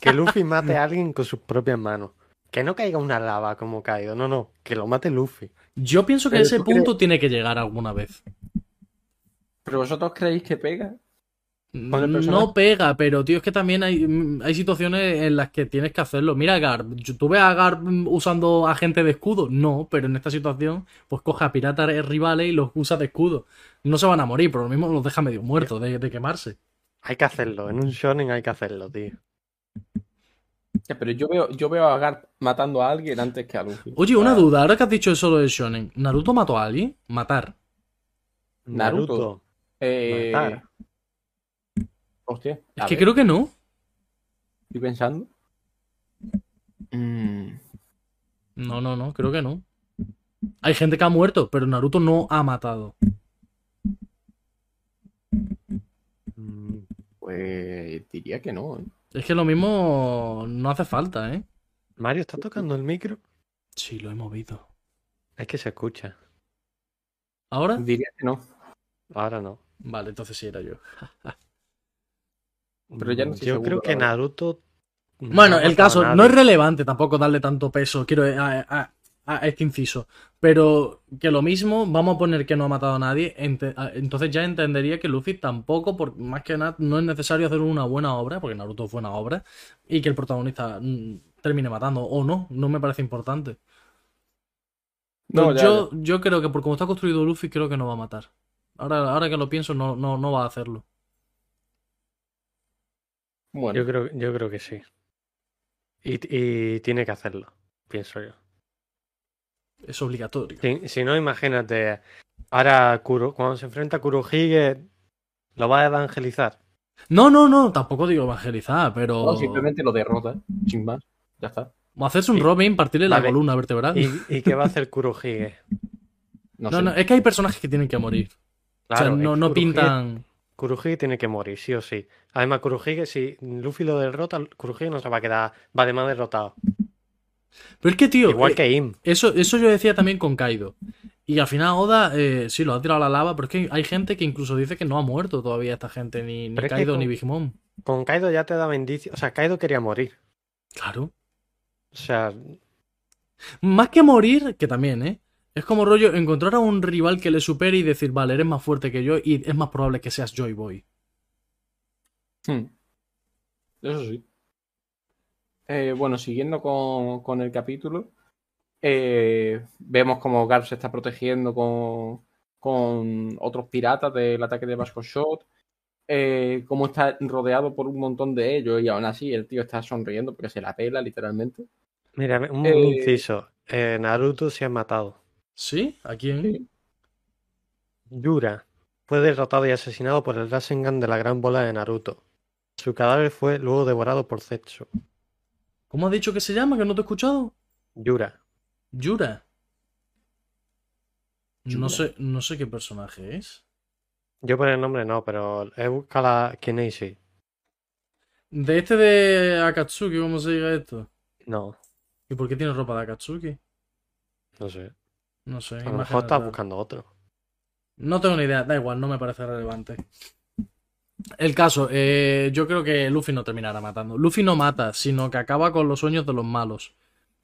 [SPEAKER 3] Que Luffy mate a alguien con sus propias manos. Que no caiga una lava como ha caído, no, no, que lo mate Luffy.
[SPEAKER 2] Yo pienso que
[SPEAKER 1] Pero
[SPEAKER 2] ese
[SPEAKER 1] tú crees-
[SPEAKER 2] punto tiene que llegar alguna vez.
[SPEAKER 1] ¿Pero vosotros creéis que pega? Con el personaje.
[SPEAKER 2] No pega, pero tío, es que también hay, mm, hay situaciones en las que tienes que hacerlo. Mira, Garp, yo- ¿tú ves a Garp mm, usando agente de escudo? No, pero en esta situación, pues coge a piratas rivales y los usa de escudo. No se van a morir, pero lo mismo los deja medio muertos de, de quemarse.
[SPEAKER 3] Hay que hacerlo, en un shonen hay que hacerlo, tío.
[SPEAKER 1] Ya, pero yo veo, yo veo a Garp matando a alguien antes que a Luffy.
[SPEAKER 2] Oye, una
[SPEAKER 1] Ah,
[SPEAKER 2] duda, ahora que has dicho eso de Shonen, ¿Naruto mató a alguien? Matar.
[SPEAKER 1] Naruto. eh,
[SPEAKER 3] matar.
[SPEAKER 1] Hostia.
[SPEAKER 2] Es
[SPEAKER 1] a
[SPEAKER 2] que
[SPEAKER 1] ver,
[SPEAKER 2] creo que no.
[SPEAKER 1] Estoy pensando. Mm,
[SPEAKER 2] No, no, no, creo que no. Hay gente que ha muerto, pero Naruto no ha matado.
[SPEAKER 3] Mm,
[SPEAKER 1] pues diría que no. ¿eh?
[SPEAKER 2] Es que lo mismo no hace falta, ¿eh?
[SPEAKER 3] Mario, ¿estás tocando el micro?
[SPEAKER 2] Sí, lo he movido.
[SPEAKER 3] Es que se escucha.
[SPEAKER 2] ¿Ahora?
[SPEAKER 1] Diría que no.
[SPEAKER 2] Pues
[SPEAKER 3] Ahora no.
[SPEAKER 2] Vale, entonces sí era yo.
[SPEAKER 1] Pero ya no
[SPEAKER 3] Mm,
[SPEAKER 1] estoy
[SPEAKER 3] Yo
[SPEAKER 1] seguro,
[SPEAKER 3] creo
[SPEAKER 1] la
[SPEAKER 3] que
[SPEAKER 1] verdad.
[SPEAKER 3] Naruto. no
[SPEAKER 2] Bueno,
[SPEAKER 3] ha
[SPEAKER 2] el
[SPEAKER 3] matado a
[SPEAKER 2] caso,
[SPEAKER 3] nadie.
[SPEAKER 2] no es relevante tampoco darle tanto peso, quiero eh, a, a- a este inciso. Pero que lo mismo, vamos a poner que no ha matado a nadie, ente- a- entonces ya entendería que Luffy tampoco, por más que nada, no es necesario hacer una buena obra, porque Naruto fue una obra, y que el protagonista mm, termine matando, o no, no me parece importante.
[SPEAKER 1] No,
[SPEAKER 2] Pues
[SPEAKER 1] ya,
[SPEAKER 2] yo, yo creo que por como está construido Luffy, creo que no va a matar. Ahora, ahora que lo pienso, no, no, no va a hacerlo.
[SPEAKER 1] ya. Bueno,
[SPEAKER 3] Yo creo, yo creo que sí. Y, y tiene que hacerlo, pienso yo.
[SPEAKER 2] Es obligatorio.
[SPEAKER 3] Si, si no, imagínate, ahora Kuro, cuando se enfrenta a Kurohige, lo va a evangelizar.
[SPEAKER 2] No, no, no, tampoco digo evangelizar, pero.
[SPEAKER 1] No, simplemente lo derrota, sin más. Ya está.
[SPEAKER 2] O hacerse un
[SPEAKER 3] Y-
[SPEAKER 2] Robin, partirle la
[SPEAKER 3] Vale.
[SPEAKER 2] Ah. columna vertebral. <laughs>
[SPEAKER 3] ¿Y, y qué va a hacer Kurohige?
[SPEAKER 1] No,
[SPEAKER 2] No,
[SPEAKER 1] sé.
[SPEAKER 2] no, es que hay personajes que tienen que morir. o sea, no,
[SPEAKER 3] es
[SPEAKER 2] no
[SPEAKER 3] Kurohige-
[SPEAKER 2] pintan.
[SPEAKER 3] Kurohige tiene que morir, sí o sí. Además, Kurohige, si Luffy lo derrota, Kurohige no se va a quedar, va de más derrotado.
[SPEAKER 2] Pero es que, tío,
[SPEAKER 3] Igual
[SPEAKER 2] eh,
[SPEAKER 3] que Im.
[SPEAKER 2] eso, eso yo decía también con Kaido. Y al final Oda, eh, sí, lo ha tirado a la lava, pero es que hay gente que incluso dice que no ha muerto todavía esta gente, ni, ni
[SPEAKER 3] Pero es que
[SPEAKER 2] Kaido
[SPEAKER 3] con-
[SPEAKER 2] ni Big Mom.
[SPEAKER 3] Con Kaido ya te da bendición. O sea, Kaido quería morir.
[SPEAKER 2] Claro.
[SPEAKER 3] O sea,
[SPEAKER 2] Más que morir, que también, ¿eh? Es como rollo encontrar a un rival que le supere y decir, vale, eres más fuerte que yo y es más probable que seas Joy Boy.
[SPEAKER 1] Hmm. Eso sí. Eh, bueno, siguiendo con, con el capítulo, eh, vemos como Garp se está protegiendo con, con otros piratas del ataque de Vasco Shot, eh, cómo está rodeado por un montón de ellos y aún así el tío está sonriendo porque se la pela literalmente.
[SPEAKER 3] mira, un
[SPEAKER 1] Eh,
[SPEAKER 3] inciso. Eh, Naruto se ha matado.
[SPEAKER 2] ¿Sí? ¿A quién?
[SPEAKER 1] Sí.
[SPEAKER 3] Yura fue derrotado y asesinado por el Rasengan de la gran bola de Naruto. Su cadáver fue luego devorado por Zetsu.
[SPEAKER 2] ¿Cómo has dicho que se llama? Que no te he escuchado.
[SPEAKER 3] Yura.
[SPEAKER 2] Yura. No
[SPEAKER 1] Yura.
[SPEAKER 2] sé, no sé qué personaje es.
[SPEAKER 3] Yo por el nombre no, pero he buscado la Kineishi.
[SPEAKER 2] De este de Akatsuki, ¿cómo se diga esto?
[SPEAKER 3] No,
[SPEAKER 2] ¿Y por qué tiene ropa de Akatsuki?
[SPEAKER 3] no sé.
[SPEAKER 2] No sé.
[SPEAKER 3] A lo mejor
[SPEAKER 2] imagínate.
[SPEAKER 3] estás buscando otro.
[SPEAKER 2] No tengo ni idea, da igual, no me parece relevante. El caso, eh, yo creo que Luffy no terminará matando. Luffy no mata, sino que acaba con los sueños de los malos.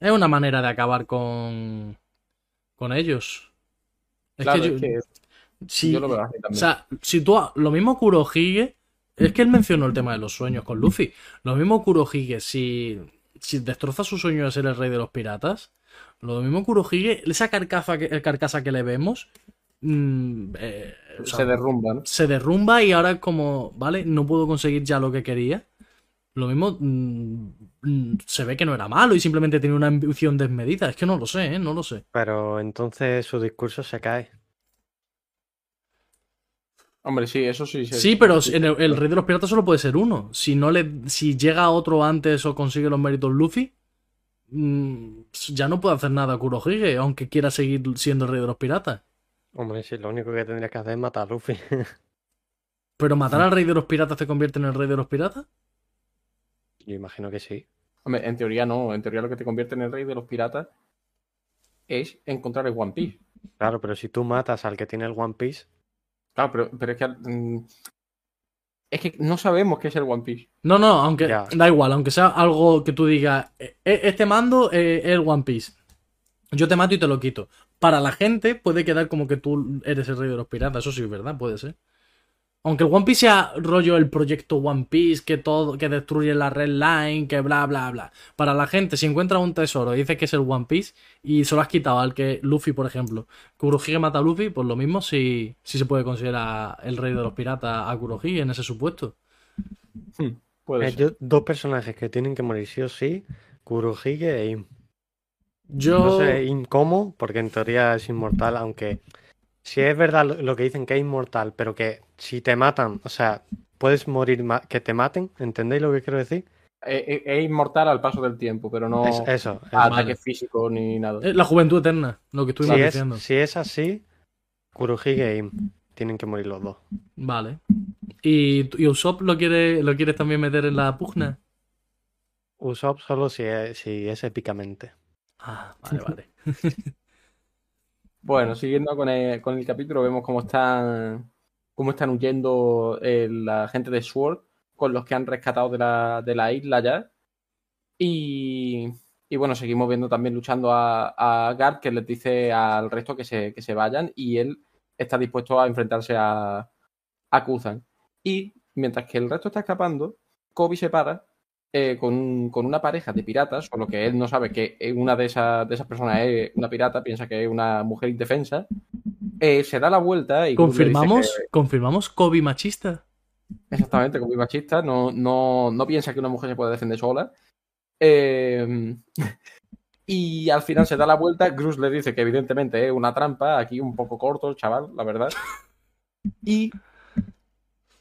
[SPEAKER 2] Es una manera de acabar con. con ellos. Es
[SPEAKER 1] claro,
[SPEAKER 2] que yo,
[SPEAKER 1] es que
[SPEAKER 2] si,
[SPEAKER 1] yo lo veo así
[SPEAKER 2] o
[SPEAKER 1] también.
[SPEAKER 2] sea, si tú. ha- Lo mismo Kurohige. Es que él mencionó el tema de los sueños con Luffy. Lo mismo Kurohige, si. Si destroza su sueño de ser el rey de los piratas. Lo mismo Kurohige, esa carcasa que, carcasa que le vemos. mm, eh, o sea,
[SPEAKER 1] se derrumba, ¿no?
[SPEAKER 2] se derrumba y ahora es como, vale, no puedo conseguir ya lo que quería. Lo mismo mm, mm, se ve que no era malo y simplemente tenía una ambición desmedida. Es que no lo sé, ¿eh? no lo sé.
[SPEAKER 3] Pero entonces su discurso se cae.
[SPEAKER 1] Hombre, sí, eso sí. se-
[SPEAKER 2] Sí, pero en el, el rey de los piratas solo puede ser uno. Si no le, si llega otro antes o consigue los méritos Luffy, mm, ya no puede hacer nada Kurohige, aunque quiera seguir siendo el rey de los piratas.
[SPEAKER 3] Hombre, sí, lo único que tendrías que hacer es matar a Luffy. <laughs>
[SPEAKER 2] Pero matar al rey de los piratas te convierte en el rey de los piratas.
[SPEAKER 3] Yo imagino que sí.
[SPEAKER 1] Hombre, en teoría no. En teoría lo que te convierte en el rey de los piratas es encontrar el One Piece.
[SPEAKER 3] Claro, pero si tú matas al que tiene el One Piece,
[SPEAKER 1] Claro, pero, pero es que. mm, es que no sabemos qué es el One Piece.
[SPEAKER 2] No, no, aunque
[SPEAKER 3] Ya.
[SPEAKER 2] da igual, aunque sea algo que tú digas, "E- e- este mando eh, es el One Piece. Yo te mato y te lo quito. Para la gente puede quedar como que tú eres el rey de los piratas, eso sí es verdad, puede ser. Aunque el One Piece sea rollo el proyecto One Piece, que todo, que destruye la red line, que bla bla bla. Para la gente, si encuentras un tesoro y dices que es el One Piece y se lo has quitado al que Luffy, por ejemplo, Kurohige mata a Luffy, pues lo mismo si, si se puede considerar el rey de los piratas a Kurohige en ese supuesto.
[SPEAKER 1] Hmm, puede
[SPEAKER 3] hay
[SPEAKER 1] ser.
[SPEAKER 3] do- dos personajes que tienen que morir sí o sí, Kurohige e Im.
[SPEAKER 2] Yo
[SPEAKER 3] No sé Im cómo, porque en teoría es inmortal, aunque si es verdad lo, lo que dicen que es inmortal, pero que si te matan, o sea, puedes morir ma- que te maten, ¿entendéis lo que quiero decir?
[SPEAKER 1] Eh, eh, Es, inmortal al paso del tiempo, pero no
[SPEAKER 3] Es- eso. es-
[SPEAKER 1] a
[SPEAKER 2] vale.
[SPEAKER 1] ataque físico ni nada.
[SPEAKER 2] Eh, La juventud eterna, lo que
[SPEAKER 3] si,
[SPEAKER 2] estuvimos
[SPEAKER 3] es,
[SPEAKER 2] diciendo.
[SPEAKER 3] si es así, Kurohige e Im tienen que morir los dos.
[SPEAKER 2] Vale. ¿Y, y Usopp lo quiere lo quieres también meter en la pugna?
[SPEAKER 3] Usopp solo si es, si es épicamente.
[SPEAKER 2] Ah, vale, vale.
[SPEAKER 1] Bueno, siguiendo con el, con el capítulo, vemos cómo están, cómo están huyendo eh, la gente de Sword con los que han rescatado de la, de la isla ya. Y, y bueno, seguimos viendo también luchando a, a Garp, que les dice al resto que se, que se vayan y él está dispuesto a enfrentarse a, a Kuzan. Y mientras que el resto está escapando, Kobe se para eh, con, un- con una pareja de piratas, o lo que él no sabe que eh, una de esas, de esas personas es una pirata, piensa que es una mujer indefensa, eh, se da la vuelta <laughs> y... Gus le dice
[SPEAKER 2] ¿Confirmamos?
[SPEAKER 1] que-
[SPEAKER 2] ¿Confirmamos Kobe machista?
[SPEAKER 1] exactamente, como es machista, no, no, no piensa que una mujer se puede defender sola. Eh, <laughs> y al final se da la vuelta, Cruz le dice que evidentemente es una trampa, aquí un poco corto el chaval, la verdad. Y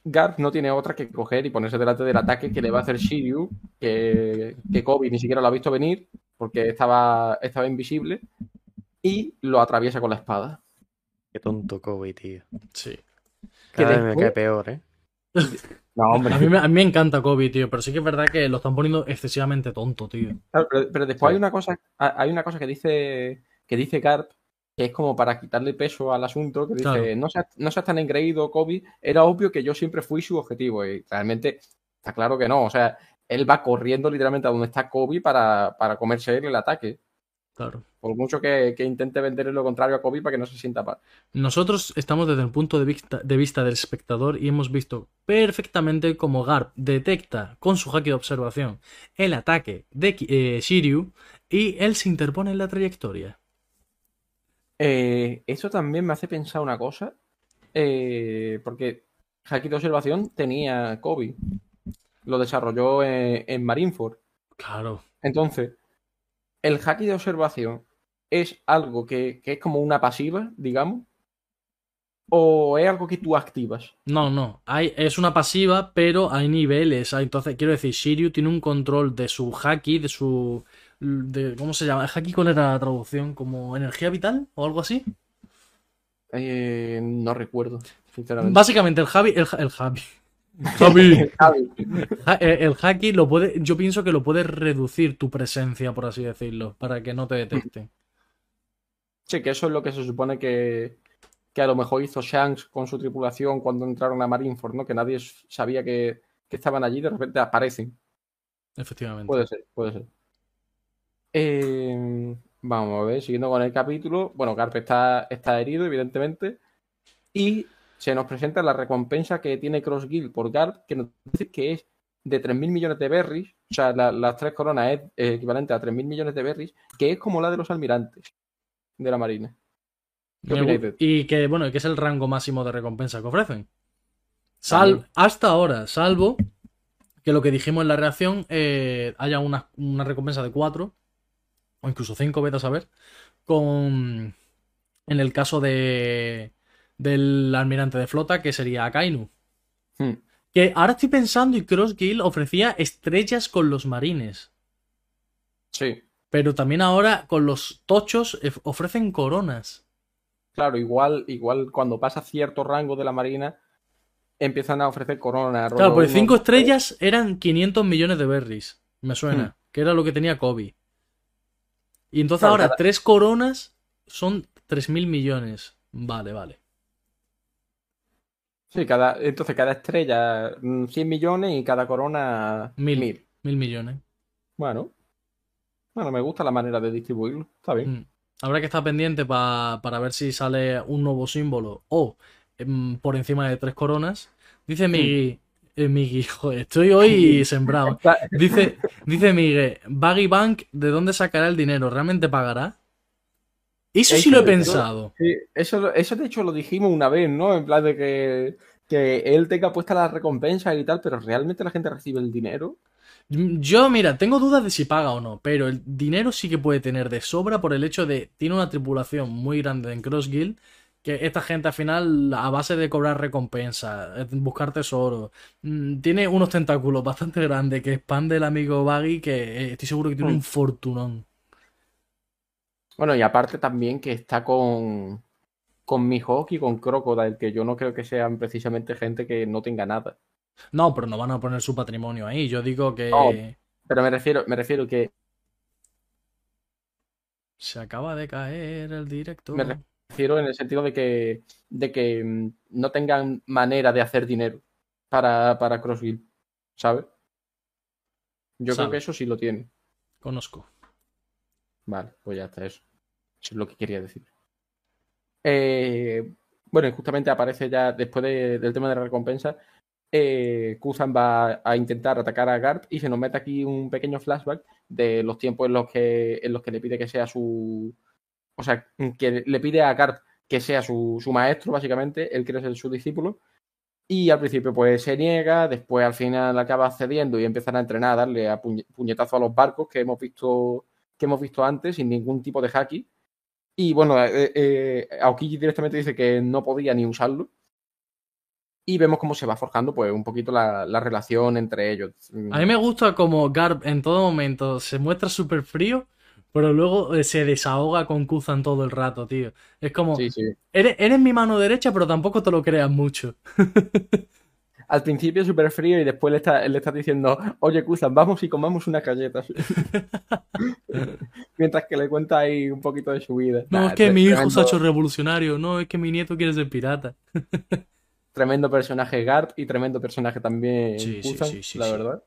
[SPEAKER 1] Garp no tiene otra que coger y ponerse delante del ataque que le va a hacer Shiryu, que, que Kobe ni siquiera lo ha visto venir porque estaba, estaba invisible, y lo atraviesa con la espada.
[SPEAKER 3] Qué tonto Kobe, tío.
[SPEAKER 2] Sí.
[SPEAKER 3] Cada vez me
[SPEAKER 1] después-
[SPEAKER 3] cae peor, ¿eh?
[SPEAKER 1] No, hombre.
[SPEAKER 2] A mí, me, a mí me encanta Kobe, tío, pero sí que es verdad que lo están poniendo excesivamente tonto, tío.
[SPEAKER 1] Claro, pero, pero después
[SPEAKER 3] Sí.
[SPEAKER 1] hay una cosa, ha- hay una cosa que dice que dice Carp, que es como para quitarle peso al asunto, que dice,
[SPEAKER 2] Claro.
[SPEAKER 1] no, seas, no seas tan engreído, Kobe, era obvio que yo siempre fui su objetivo y realmente está claro que no, o sea, él va corriendo literalmente a donde está Kobe para, para comerse él el ataque,
[SPEAKER 2] Claro.
[SPEAKER 1] por mucho que, que intente venderle lo contrario a Kobe para que no se sienta mal.
[SPEAKER 2] Nosotros estamos desde el punto de vista, de vista del espectador y hemos visto perfectamente cómo Garp detecta con su haki de observación el ataque de Ki- eh, Shiryu y él se interpone en la trayectoria.
[SPEAKER 1] Eh, eso también me hace pensar una cosa, eh, porque Haki de observación tenía Kobe, lo desarrolló en, en Marineford.
[SPEAKER 2] Claro,
[SPEAKER 1] Entonces, el haki de observación es algo que, que es como una pasiva, digamos, o es algo que tú activas.
[SPEAKER 2] No, no. Hay, es una pasiva, pero hay niveles. Hay- entonces, quiero decir, Shiryu tiene un control de su haki, de su. De, ¿Cómo se llama? ¿El haki cuál era la traducción? ¿Como energía vital o algo así?
[SPEAKER 1] Eh, no recuerdo, sinceramente.
[SPEAKER 2] Básicamente, el Javi. El, ja- el Javi. Javi.
[SPEAKER 1] Javi,
[SPEAKER 2] <laughs> Ja- eh, el haki lo puede. Yo pienso que lo puede reducir tu presencia, por así decirlo, para que no te detecte.
[SPEAKER 1] Sí, que eso es lo que se supone que, que a lo mejor hizo Shanks con su tripulación cuando entraron a Marineford, ¿no? Que nadie s- sabía que, que estaban allí y de repente aparecen.
[SPEAKER 2] Efectivamente.
[SPEAKER 1] Puede ser, puede ser. Eh, vamos a ver, siguiendo con el capítulo. Bueno, Carpe está, está herido, evidentemente. Y se nos presenta la recompensa que tiene Cross Guild por Garp, que nos dice que es de 3.000 millones de berries. O sea, la- las tres coronas es eh, equivalente a 3.000 millones de berries, que es como la de los almirantes de la Marina. ¿Qué
[SPEAKER 2] Me
[SPEAKER 1] opináis
[SPEAKER 2] gu-
[SPEAKER 1] de-
[SPEAKER 2] Y que, bueno, que es el rango máximo de recompensa que ofrecen. Sal- hasta ahora, salvo que lo que dijimos en la reacción eh, haya una, una recompensa de 4 o incluso 5, vete a saber, con en el caso de del almirante de flota que sería Akainu.
[SPEAKER 1] Hmm.
[SPEAKER 2] Que ahora estoy pensando y Cross Guild ofrecía estrellas con los marines,
[SPEAKER 1] Sí,
[SPEAKER 2] pero también ahora con los tochos eh, ofrecen coronas.
[SPEAKER 1] claro, igual, igual cuando pasa cierto rango de la Marina, empiezan a ofrecer coronas.
[SPEAKER 2] Claro,
[SPEAKER 1] rollo
[SPEAKER 2] porque
[SPEAKER 1] uno,
[SPEAKER 2] 5
[SPEAKER 1] dos, tres.
[SPEAKER 2] estrellas eran 500 millones de berries. Me suena. Que era lo que tenía Kobe. Y entonces
[SPEAKER 1] Claro,
[SPEAKER 2] ahora
[SPEAKER 1] cada-
[SPEAKER 2] 3 coronas son 3.000 millones. Vale, vale.
[SPEAKER 1] Sí, cada, entonces cada estrella mm, 100 millones y cada corona
[SPEAKER 2] Mil.
[SPEAKER 1] 1000.
[SPEAKER 2] Mil millones.
[SPEAKER 1] Bueno, bueno, me gusta la manera de distribuirlo. Está bien.
[SPEAKER 2] Mm. Habrá que estar pendiente pa- para ver si sale un nuevo símbolo o em, por encima de 3 coronas. Dice Miggy. eh, Miggy, <laughs> joder, estoy
[SPEAKER 1] <laughs>
[SPEAKER 2] hoy sembrado.
[SPEAKER 1] Está-
[SPEAKER 2] Dice, dice Miguel, Baggy Bank, ¿de dónde sacará el dinero? ¿Realmente pagará? Eso
[SPEAKER 1] Ey,
[SPEAKER 2] sí lo he
[SPEAKER 1] pero-
[SPEAKER 2] pensado.
[SPEAKER 1] sí, eso, lo- eso de hecho lo dijimos una vez, ¿no? En plan de que, que él tenga puesta la recompensa y tal, pero realmente la gente recibe el dinero.
[SPEAKER 2] Yo, mira, tengo dudas de si paga o no, pero el dinero sí que puede tener de sobra por el hecho de tiene una tripulación muy grande en Cross Guild, que esta gente al final, a base de cobrar recompensa, eh, buscar tesoro, mm, tiene unos tentáculos bastante grandes que expande el amigo Baggy, que eh, estoy seguro que tiene
[SPEAKER 1] Mm.
[SPEAKER 2] un fortunón.
[SPEAKER 1] Bueno, y aparte también que está con, con Mihawk y con Crocodile, que yo no creo que sean precisamente gente que no tenga nada.
[SPEAKER 2] No, pero no van a poner su patrimonio ahí. Yo digo que
[SPEAKER 1] No. Pero me refiero, me refiero que
[SPEAKER 2] se acaba de caer el directo.
[SPEAKER 1] Me re- refiero en el sentido de que, de que mm, no tengan manera de hacer dinero para, para CrossGuild, ¿sabes? Yo
[SPEAKER 2] Sabe.
[SPEAKER 1] creo que eso sí lo tiene.
[SPEAKER 2] Conozco.
[SPEAKER 1] Vale, pues ya está eso. Eso es lo que quería decir. Eh, bueno, y justamente aparece ya después de- del tema de la recompensa. Eh, Kuzan va a intentar atacar a Garp y se nos mete aquí un pequeño flashback de los tiempos en los que, en los que le pide que sea su. O sea, que le pide a Garp que sea su, su maestro, básicamente. Él quiere ser su discípulo. Y al principio, pues se niega. Después, al final, acaba cediendo y empiezan a entrenar, a darle a puñe- puñetazo a los barcos que hemos visto que hemos visto antes, sin ningún tipo de haki. Y bueno, eh, eh, Aokiji directamente dice que no podía ni usarlo. Y vemos cómo se va forjando pues un poquito la, la relación entre ellos.
[SPEAKER 2] A mí me gusta como Garb en todo momento se muestra súper frío, Pero luego eh, se desahoga con Kuzan todo el rato, tío. Es como,
[SPEAKER 1] Sí, sí.
[SPEAKER 2] eres, eres mi mano derecha, pero tampoco te lo creas mucho.
[SPEAKER 1] Al principio súper frío y después le estás le está diciendo, oye, Kuzan, vamos y comamos unas
[SPEAKER 2] <laughs>
[SPEAKER 1] galletas. Mientras que le cuenta ahí un poquito de su vida.
[SPEAKER 2] No,
[SPEAKER 1] Nah,
[SPEAKER 2] es que mi hijo se ha
[SPEAKER 1] tremendo-
[SPEAKER 2] hecho revolucionario. No, es que mi nieto quiere ser pirata.
[SPEAKER 1] tremendo personaje Garp y tremendo personaje también
[SPEAKER 2] Sí, sí,
[SPEAKER 1] Kuzan,
[SPEAKER 2] sí, sí,
[SPEAKER 1] la
[SPEAKER 2] sí.
[SPEAKER 1] verdad.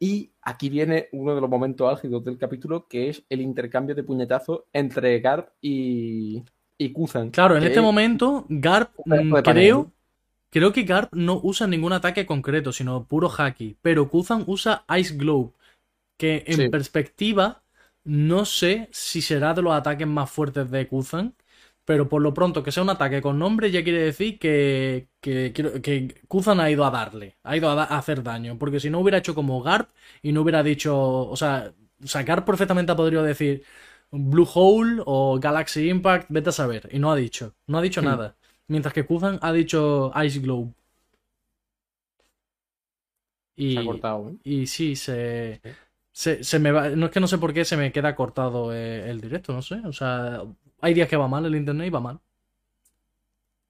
[SPEAKER 1] Y aquí viene uno de los momentos álgidos del capítulo, que es el intercambio de puñetazos entre Garp y, y Kuzan.
[SPEAKER 2] Claro, en
[SPEAKER 1] Que
[SPEAKER 2] este momento, Garp,
[SPEAKER 1] Un pedazo
[SPEAKER 2] mm,
[SPEAKER 1] de panel.
[SPEAKER 2] creo, creo que Garp no usa ningún ataque concreto, sino puro haki. Pero Kuzan usa Ice Globe, que en
[SPEAKER 1] Sí.
[SPEAKER 2] perspectiva no sé si será de los ataques más fuertes de Kuzan, pero por lo pronto que sea un ataque con nombre ya quiere decir que, que, quiero- que Kuzan ha ido a darle, ha ido a, da- a hacer daño, porque si no hubiera hecho como Garp y no hubiera dicho, o sea, sacar perfectamente ha podido decir Blue Hole o Galaxy Impact, vete a saber, y no ha dicho, no ha dicho
[SPEAKER 1] Hmm.
[SPEAKER 2] nada. Mientras que Kuzan ha dicho Ice Globe. Y,
[SPEAKER 1] Se ha cortado. ¿eh?
[SPEAKER 2] y sí, se, se, se me va. No es que no sé por qué se me queda cortado eh, el directo, no sé. O sea, hay días que va mal el internet y va mal.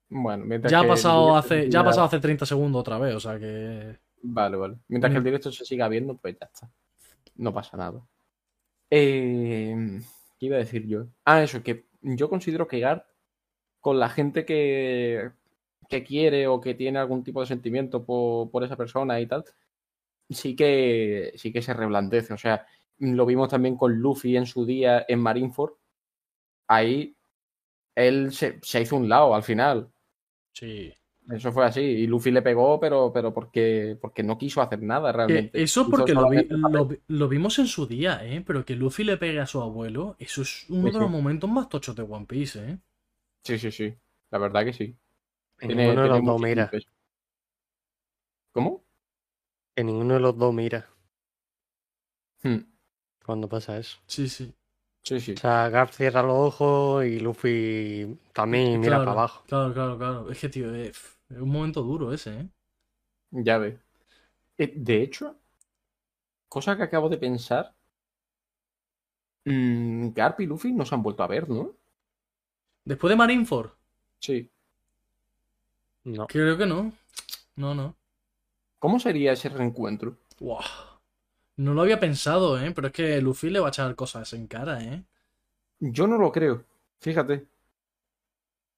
[SPEAKER 1] Bueno, mientras
[SPEAKER 2] Ya ha
[SPEAKER 1] que el
[SPEAKER 2] pasado
[SPEAKER 1] directo
[SPEAKER 2] hace,
[SPEAKER 1] se
[SPEAKER 2] ya ha
[SPEAKER 1] siga-
[SPEAKER 2] pasado hace 30 segundos otra vez, o sea que.
[SPEAKER 1] Vale, vale. Mientras que el
[SPEAKER 2] Bien.
[SPEAKER 1] directo se siga viendo, pues ya está. No pasa nada. Eh, ¿Qué iba a decir yo? Ah, eso, que yo considero que Garp, con la gente que, que quiere o que tiene algún tipo de sentimiento por, por esa persona y tal, sí que, sí que se reblandece. O sea, lo vimos también con Luffy en su día en Marineford. Ahí él se, se hizo un lado al final.
[SPEAKER 2] Sí.
[SPEAKER 1] Eso fue así. Y Luffy le pegó, pero, pero porque, porque no quiso hacer nada realmente.
[SPEAKER 2] Eh, eso
[SPEAKER 1] Quiso
[SPEAKER 2] porque lo, vi-
[SPEAKER 1] solamente
[SPEAKER 2] lo vi- lo vimos en su día, ¿eh? Pero que Luffy le pegue a su abuelo, eso es uno
[SPEAKER 1] Sí,
[SPEAKER 2] de los
[SPEAKER 1] sí.
[SPEAKER 2] momentos más tochos de One Piece, ¿eh?
[SPEAKER 1] Sí, sí, sí. La verdad que sí.
[SPEAKER 3] En ninguno de los dos
[SPEAKER 1] muchísimo
[SPEAKER 3] mira.
[SPEAKER 1] peso. ¿Cómo?
[SPEAKER 3] En ninguno de los dos mira
[SPEAKER 1] Hmm,
[SPEAKER 3] cuando pasa eso.
[SPEAKER 2] Sí, sí.
[SPEAKER 1] Sí, sí.
[SPEAKER 3] O sea, Garp cierra los ojos y Luffy también y mira
[SPEAKER 2] Claro,
[SPEAKER 3] para abajo.
[SPEAKER 2] Claro, claro, claro. Es que, tío, eh, pf, es, un momento duro ese, ¿eh?
[SPEAKER 1] Ya ve. Eh, De hecho, cosa que acabo de pensar. mm, Garp y Luffy no se han vuelto a ver, ¿no?
[SPEAKER 2] Después de Marineford,
[SPEAKER 1] Sí.
[SPEAKER 3] No.
[SPEAKER 2] creo que no. No, no.
[SPEAKER 1] ¿Cómo sería ese reencuentro?
[SPEAKER 2] Buah. No lo había pensado, ¿eh? Pero es que Luffy le va a echar cosas en cara, ¿eh?
[SPEAKER 1] Yo no lo creo. Fíjate.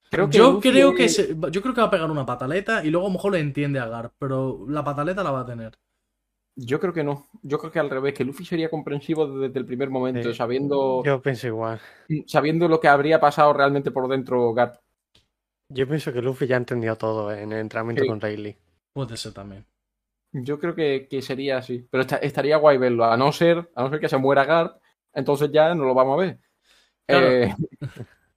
[SPEAKER 1] Creo que
[SPEAKER 2] yo
[SPEAKER 1] Luffy
[SPEAKER 2] creo que
[SPEAKER 1] es-
[SPEAKER 2] se- yo creo que va a pegar una pataleta y luego a lo mejor le entiende a Garp, pero la pataleta la va a tener.
[SPEAKER 1] Yo creo que no. Yo creo que al revés, que Luffy sería comprensivo desde el primer momento,
[SPEAKER 3] Sí.
[SPEAKER 1] sabiendo,
[SPEAKER 3] Yo pienso igual.
[SPEAKER 1] sabiendo lo que habría pasado realmente por dentro Garp.
[SPEAKER 3] Yo pienso que Luffy ya entendió todo en el entrenamiento
[SPEAKER 1] Sí.
[SPEAKER 3] con Rayleigh.
[SPEAKER 2] Puede ser también.
[SPEAKER 1] Yo creo que, que sería así. Pero esta- estaría guay verlo. A no ser, a no ser que se muera Garp, entonces ya no lo vamos a ver.
[SPEAKER 2] Claro.
[SPEAKER 1] Eh, <laughs>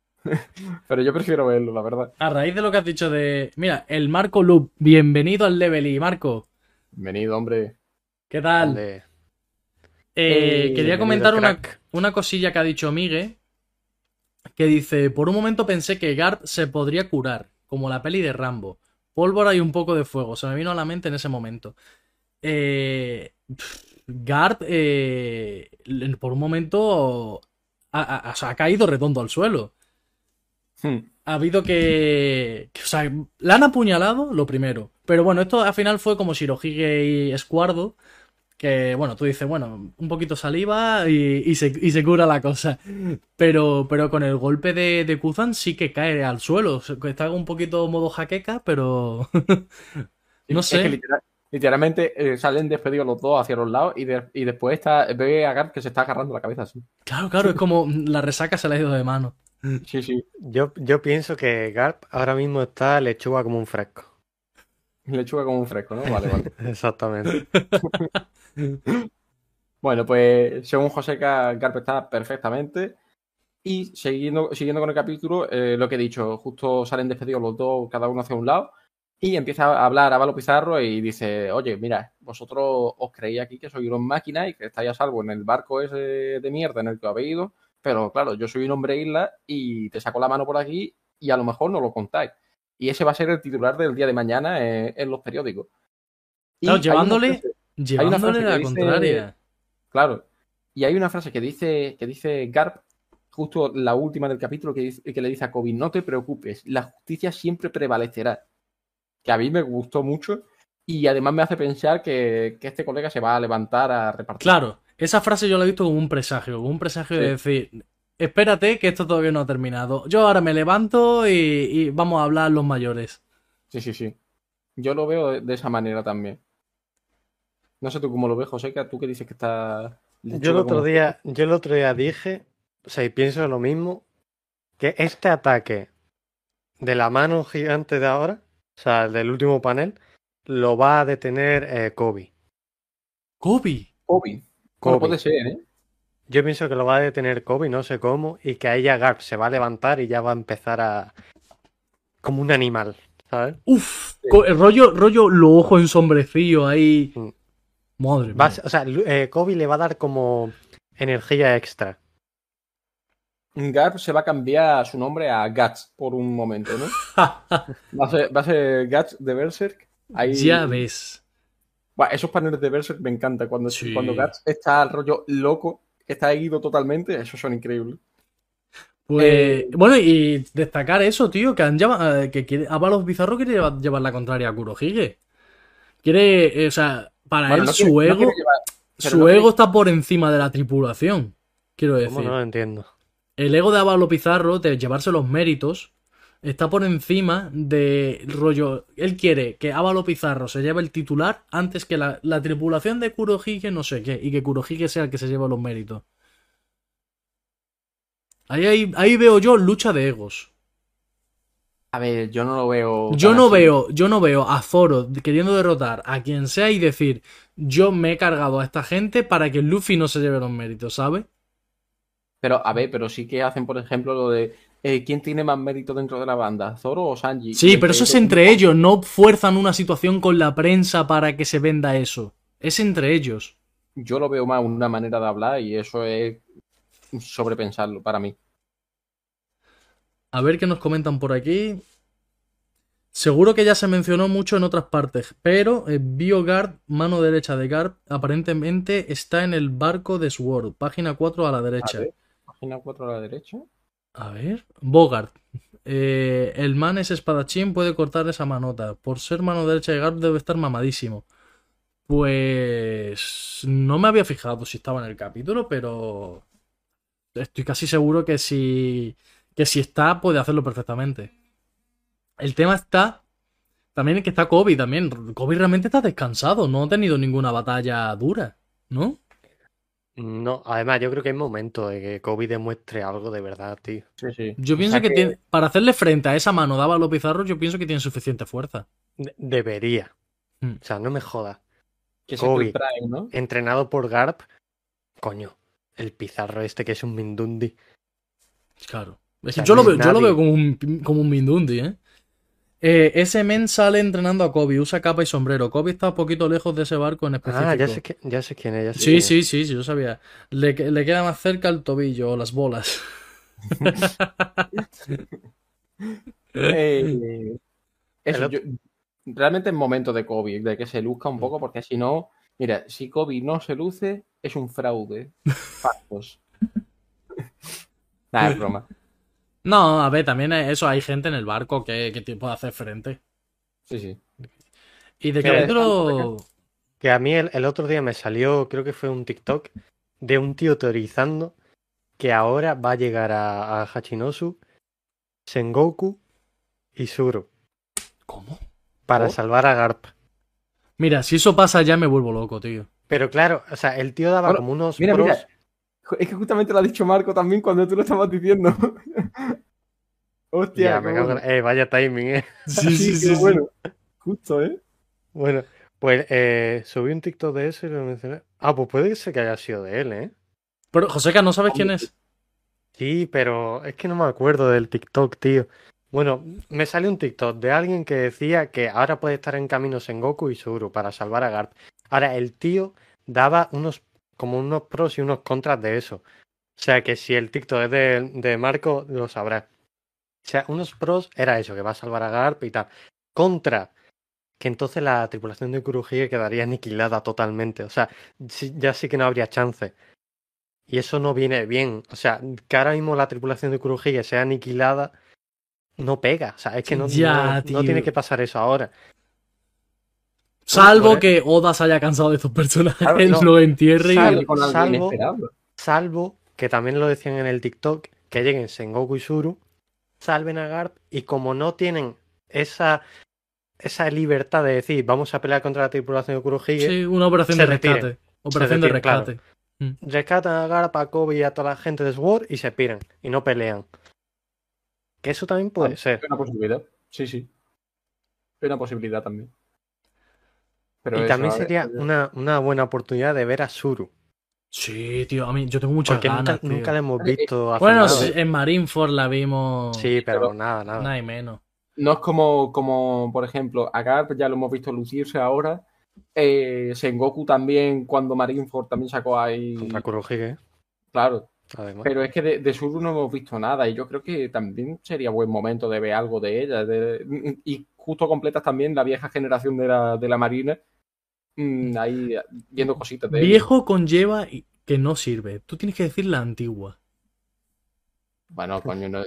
[SPEAKER 1] pero yo prefiero verlo, la verdad.
[SPEAKER 2] A raíz de lo que has dicho de, mira, el Marco Loop, bienvenido al Level Y, Marco.
[SPEAKER 1] Bienvenido, hombre.
[SPEAKER 2] ¿Qué tal?
[SPEAKER 3] Donde-
[SPEAKER 2] Eh,
[SPEAKER 1] Eh,
[SPEAKER 2] quería
[SPEAKER 1] bienvenido,
[SPEAKER 2] comentar una,
[SPEAKER 3] crack.
[SPEAKER 2] una cosilla que ha dicho Migue, que dice, por un momento pensé que Garp se podría curar, como la peli de Rambo. Pólvora y un poco de fuego, se me vino a la mente en ese momento. Eh, pff, Garp, eh, l- por un momento, ha, ha- o sea, ha caído redondo al suelo.
[SPEAKER 1] Hmm.
[SPEAKER 2] Ha habido que, que, O sea, la han apuñalado, lo primero. Pero bueno, esto al final fue como Shirohige y Escuardo. Que bueno, tú dices, bueno, un poquito saliva y, y se, y se cura la cosa. Pero, pero con el golpe de, de Kuzan sí que cae al suelo. Se- que Está un poquito modo jaqueca, pero. <laughs> No
[SPEAKER 1] Es que
[SPEAKER 2] sé.
[SPEAKER 1] literal- literalmente eh, salen despedidos los dos hacia los lados y, de- y después está, ve a Garp que se está agarrando la cabeza así.
[SPEAKER 2] Claro, claro, es como la resaca se le ha ido de mano.
[SPEAKER 1] Sí, sí.
[SPEAKER 3] Yo, yo pienso que Garp ahora mismo está lechuga como un fresco.
[SPEAKER 1] Lechuga como un fresco, ¿no? Vale, vale.
[SPEAKER 3] Exactamente.
[SPEAKER 1] Bueno, pues según Joseca, Garp está perfectamente. Y siguiendo, siguiendo con el capítulo, eh, lo que he dicho, justo salen despedidos los dos, cada uno hacia un lado, y empieza a hablar a Valo Pizarro y dice, oye, mira, vosotros os creéis aquí que soy una máquina y que estáis a salvo en el barco ese de mierda en el que habéis ido, pero claro, yo soy un hombre isla y te saco la mano por aquí y a lo mejor no lo contáis. Y ese va a ser el titular del día de mañana eh, en, los periódicos. Y
[SPEAKER 2] Claro,
[SPEAKER 1] hay una
[SPEAKER 2] llevándole-
[SPEAKER 1] frase-
[SPEAKER 2] Llevándole
[SPEAKER 1] frase que
[SPEAKER 2] la
[SPEAKER 1] dice-
[SPEAKER 2] contraria.
[SPEAKER 1] Claro. Y hay una frase que dice, que dice Garp, justo la última del capítulo, que, dice- que le dice a Kobe, no te preocupes, la justicia siempre prevalecerá. Que a mí me gustó mucho y además me hace pensar que, que este colega se va a levantar a repartir.
[SPEAKER 2] Claro, esa frase yo la he visto como un presagio, como un presagio de
[SPEAKER 1] Sí.
[SPEAKER 2] decir, espérate que esto todavía no ha terminado. Yo ahora me levanto y, y vamos a hablar los mayores.
[SPEAKER 1] Sí, sí, sí. Yo lo veo de, de esa manera también. No sé tú cómo lo ves, José, que tú que dices que está...
[SPEAKER 3] Yo el otro día, yo el otro día dije, o sea, y pienso lo mismo, que este ataque de la mano gigante de ahora, o sea, el del último panel, lo va a detener eh, Kobe.
[SPEAKER 2] Kobe,
[SPEAKER 1] Kobe.
[SPEAKER 3] Kobe.
[SPEAKER 1] Como puede ser, ¿eh?
[SPEAKER 3] Yo pienso que lo va a detener Kobe, no sé cómo, y que a ella Garp se va a levantar y ya va a empezar a. como un animal, ¿sabes?
[SPEAKER 2] uff, rollo, rollo, los ojos ensombrecidos ahí.
[SPEAKER 3] Mm.
[SPEAKER 2] Madre
[SPEAKER 3] Va a
[SPEAKER 2] mía.
[SPEAKER 3] ser- o sea, Lu- eh, Kobe le va a dar como energía extra.
[SPEAKER 1] Garp se va a cambiar su nombre a Guts por un momento,
[SPEAKER 2] <laughs>
[SPEAKER 1] ¿no? Va a ser, va a ser Guts de Berserk. Ahí...
[SPEAKER 2] Ya ves.
[SPEAKER 1] Buah, esos paneles de Berserk me encantan. Cuando,
[SPEAKER 2] Sí.
[SPEAKER 1] cuando Guts está al rollo loco, está ido totalmente, esos son increíbles.
[SPEAKER 2] Pues,
[SPEAKER 1] Eh,
[SPEAKER 2] bueno, y destacar eso, tío, que han lleva- eh, que quiere, Avalos Bizarro quiere llevar, llevar la contraria a Kurohige. Quiere, eh, o sea, para
[SPEAKER 1] Bueno,
[SPEAKER 2] él
[SPEAKER 1] no
[SPEAKER 2] su
[SPEAKER 1] quiere- no
[SPEAKER 2] ego,
[SPEAKER 1] quiere llevar- pero
[SPEAKER 2] su
[SPEAKER 1] no quiere-
[SPEAKER 2] ego está por encima de la tripulación. Quiero
[SPEAKER 3] ¿Cómo
[SPEAKER 2] decir,
[SPEAKER 3] no lo entiendo?
[SPEAKER 2] el ego de Avalo Pizarro, de llevarse los méritos, está por encima de rollo. Él quiere que Avalo Pizarro se lleve el titular antes que la, la tripulación de Kurohige, no sé qué, y que Kurohige sea el que se lleve los méritos. Ahí, ahí, ahí veo yo lucha de egos.
[SPEAKER 1] A ver, yo no lo veo. tan
[SPEAKER 2] Yo no
[SPEAKER 1] así.
[SPEAKER 2] veo, yo no veo a Zoro queriendo derrotar a quien sea y decir, yo me he cargado a esta gente para que Luffy no se lleve los méritos, ¿sabes?
[SPEAKER 1] Pero, a ver, pero sí que hacen, por ejemplo, lo de eh, quién tiene más mérito dentro de la banda, Zoro o Sanji.
[SPEAKER 2] Sí,
[SPEAKER 1] Y
[SPEAKER 2] pero eso es entre ellos, no fuerzan una situación con la prensa para que se venda eso. Es entre ellos.
[SPEAKER 1] Yo lo veo más una manera de hablar y eso es sobrepensarlo para mí.
[SPEAKER 2] A ver qué nos comentan por aquí. Seguro que ya se mencionó mucho en otras partes, pero eh, BioGuard, mano derecha de Garp, aparentemente está en el barco de Sword, página 4 a la derecha.
[SPEAKER 1] A ver, página 4 a la derecha.
[SPEAKER 2] A ver. Bogart. Eh, el man es espadachín, puede cortar esa manota. Por ser mano derecha de Garp debe estar mamadísimo. Pues no me había fijado si estaba en el capítulo, pero estoy casi seguro que si que si está puede hacerlo perfectamente. El tema está también en que está Kobe también. Kobe realmente está descansado, no ha tenido ninguna batalla dura, ¿no?
[SPEAKER 3] No, además, yo creo que es momento de que Kobe demuestre algo de verdad, tío.
[SPEAKER 1] Sí, sí.
[SPEAKER 2] Yo pienso
[SPEAKER 1] sea
[SPEAKER 2] que,
[SPEAKER 1] que-
[SPEAKER 2] tiene- para hacerle frente a esa mano daba los pizarros, yo pienso que tiene suficiente fuerza.
[SPEAKER 3] De- debería.
[SPEAKER 2] Mm.
[SPEAKER 3] O sea, no me jodas.
[SPEAKER 1] Que es
[SPEAKER 3] Kobe.
[SPEAKER 1] el Prime, ¿no?
[SPEAKER 3] Entrenado por Garp, coño, el pizarro este que es un Mindundi.
[SPEAKER 2] Claro. Es
[SPEAKER 3] sea,
[SPEAKER 2] que yo,
[SPEAKER 3] no
[SPEAKER 2] lo veo,
[SPEAKER 3] es
[SPEAKER 2] yo lo
[SPEAKER 3] nadie.
[SPEAKER 2] veo como un, como un Mindundi, ¿eh? Eh, Ese men sale entrenando a Kobe, usa capa y sombrero. Kobe está un poquito lejos de ese barco en específico.
[SPEAKER 3] Ah, ya sé, que- ya sé quién es. ya sé quién
[SPEAKER 2] Sí,
[SPEAKER 3] es.
[SPEAKER 2] sí, sí, sí, yo sabía. Le, que- le queda más cerca el tobillo o las bolas. <laughs>
[SPEAKER 1] Eh, eso,
[SPEAKER 3] El otro-
[SPEAKER 1] yo- realmente es momento de Kobe, de que se luzca un poco, porque si no, mira, si Kobe no se luce, es un <laughs> fraude. Factos. Nada, es broma.
[SPEAKER 2] No, a ver, también eso, hay gente en el barco que, que te puede hacer frente.
[SPEAKER 1] Sí, sí.
[SPEAKER 2] Y de
[SPEAKER 3] Mira,
[SPEAKER 2] capítulo...
[SPEAKER 3] Que a mí el, el otro día me salió, creo que fue un TikTok, de un tío teorizando que ahora va a llegar a, a Hachinosu, Sengoku y Zuru
[SPEAKER 2] ¿Cómo?
[SPEAKER 3] para
[SPEAKER 1] ¿Por?
[SPEAKER 3] salvar a Garp.
[SPEAKER 2] Mira, si eso pasa ya me vuelvo loco, tío.
[SPEAKER 3] Pero claro, o sea, el tío daba
[SPEAKER 1] Ahora,
[SPEAKER 3] como unos
[SPEAKER 1] mira,
[SPEAKER 3] pros.
[SPEAKER 1] mira. Jo- Es que justamente lo ha dicho Marco también cuando tú lo estabas diciendo. <laughs> Hostia,
[SPEAKER 3] Ya,
[SPEAKER 1] qué
[SPEAKER 3] me cago en-
[SPEAKER 1] bueno.
[SPEAKER 3] eh, vaya timing, eh.
[SPEAKER 2] <laughs> Sí, sí,
[SPEAKER 1] qué
[SPEAKER 2] sí, sí.
[SPEAKER 1] bueno. Justo, ¿eh?
[SPEAKER 3] Bueno, pues eh, subí un TikTok de eso y lo mencioné. Ah, pues puede que se que haya sido de él, ¿eh?
[SPEAKER 2] Pero, Joseca, ¿no
[SPEAKER 3] Ah,
[SPEAKER 2] sabes quién es?
[SPEAKER 3] Sí, pero es que no me acuerdo del TikTok, tío. Bueno, me salió un TikTok de alguien que decía que ahora puede estar en camino Sengoku y Suru para salvar a Garp. Ahora, el tío daba unos como unos pros y unos contras de eso. O sea, que si el TikTok es de, de Marco, lo sabrá. O sea, unos pros era eso, que va a salvar a Garp y tal. Contra, que entonces la tripulación de Kurohige quedaría aniquilada totalmente. O sea, sí- ya sí que no habría chance. Y eso no viene bien. O sea, que ahora mismo la tripulación de Kurohige sea aniquilada no pega. O sea, es que no,
[SPEAKER 2] Ya,
[SPEAKER 3] no- no
[SPEAKER 2] tío.
[SPEAKER 3] tiene que pasar eso ahora.
[SPEAKER 2] Salvo
[SPEAKER 1] Por-
[SPEAKER 2] que Oda se haya cansado de estos personajes, <laughs>
[SPEAKER 1] Claro, no.
[SPEAKER 2] lo entierre y...
[SPEAKER 3] Sal-
[SPEAKER 1] Sale con algo
[SPEAKER 3] Ah, salvo-
[SPEAKER 1] inesperado.
[SPEAKER 3] Salvo, que también lo decían en el TikTok, que lleguen Sengoku y Suru, salven a Garp y como no tienen esa, esa libertad de decir vamos a pelear contra la tripulación de Kurohige,
[SPEAKER 2] Sí, una operación
[SPEAKER 3] se
[SPEAKER 2] de
[SPEAKER 3] retire.
[SPEAKER 2] rescate. Operación de
[SPEAKER 3] retire, claro.
[SPEAKER 2] rescate.
[SPEAKER 3] rescatan a Garp, a Kobe y a toda la gente de SWORD y se piran y no pelean. Que eso también puede
[SPEAKER 1] Ah,
[SPEAKER 3] ser.
[SPEAKER 1] Es una posibilidad. Sí, sí. Es una posibilidad también. Pero
[SPEAKER 3] y
[SPEAKER 1] eso,
[SPEAKER 3] también
[SPEAKER 1] a ver, eh,
[SPEAKER 3] sería una, una buena oportunidad de ver a Suru.
[SPEAKER 2] Sí, tío, a mí yo tengo muchas
[SPEAKER 3] Porque
[SPEAKER 2] ganas,
[SPEAKER 3] nunca,
[SPEAKER 2] tío.
[SPEAKER 3] nunca la hemos visto hacer
[SPEAKER 2] Bueno,
[SPEAKER 3] nada.
[SPEAKER 2] sí, en Marineford la vimos...
[SPEAKER 3] Sí, pero
[SPEAKER 1] pero-
[SPEAKER 3] nada, nada.
[SPEAKER 2] Nada y menos.
[SPEAKER 1] No es como, como, por ejemplo, a Garp ya lo hemos visto lucirse ahora. Eh, Sengoku también, cuando Marineford también sacó ahí.
[SPEAKER 3] Contra Kurohige, ¿eh?
[SPEAKER 1] Claro,
[SPEAKER 3] además.
[SPEAKER 1] pero es que de, de Suru no hemos visto nada. Y yo creo que también sería buen momento de ver algo de ella. de- y justo completas también la vieja generación de la, de la Marina. mm, ahí viendo cositas de ella.
[SPEAKER 2] Viejo conlleva y- que no sirve. Tú tienes que decir la antigua. <laughs>
[SPEAKER 1] Bueno, coño, no-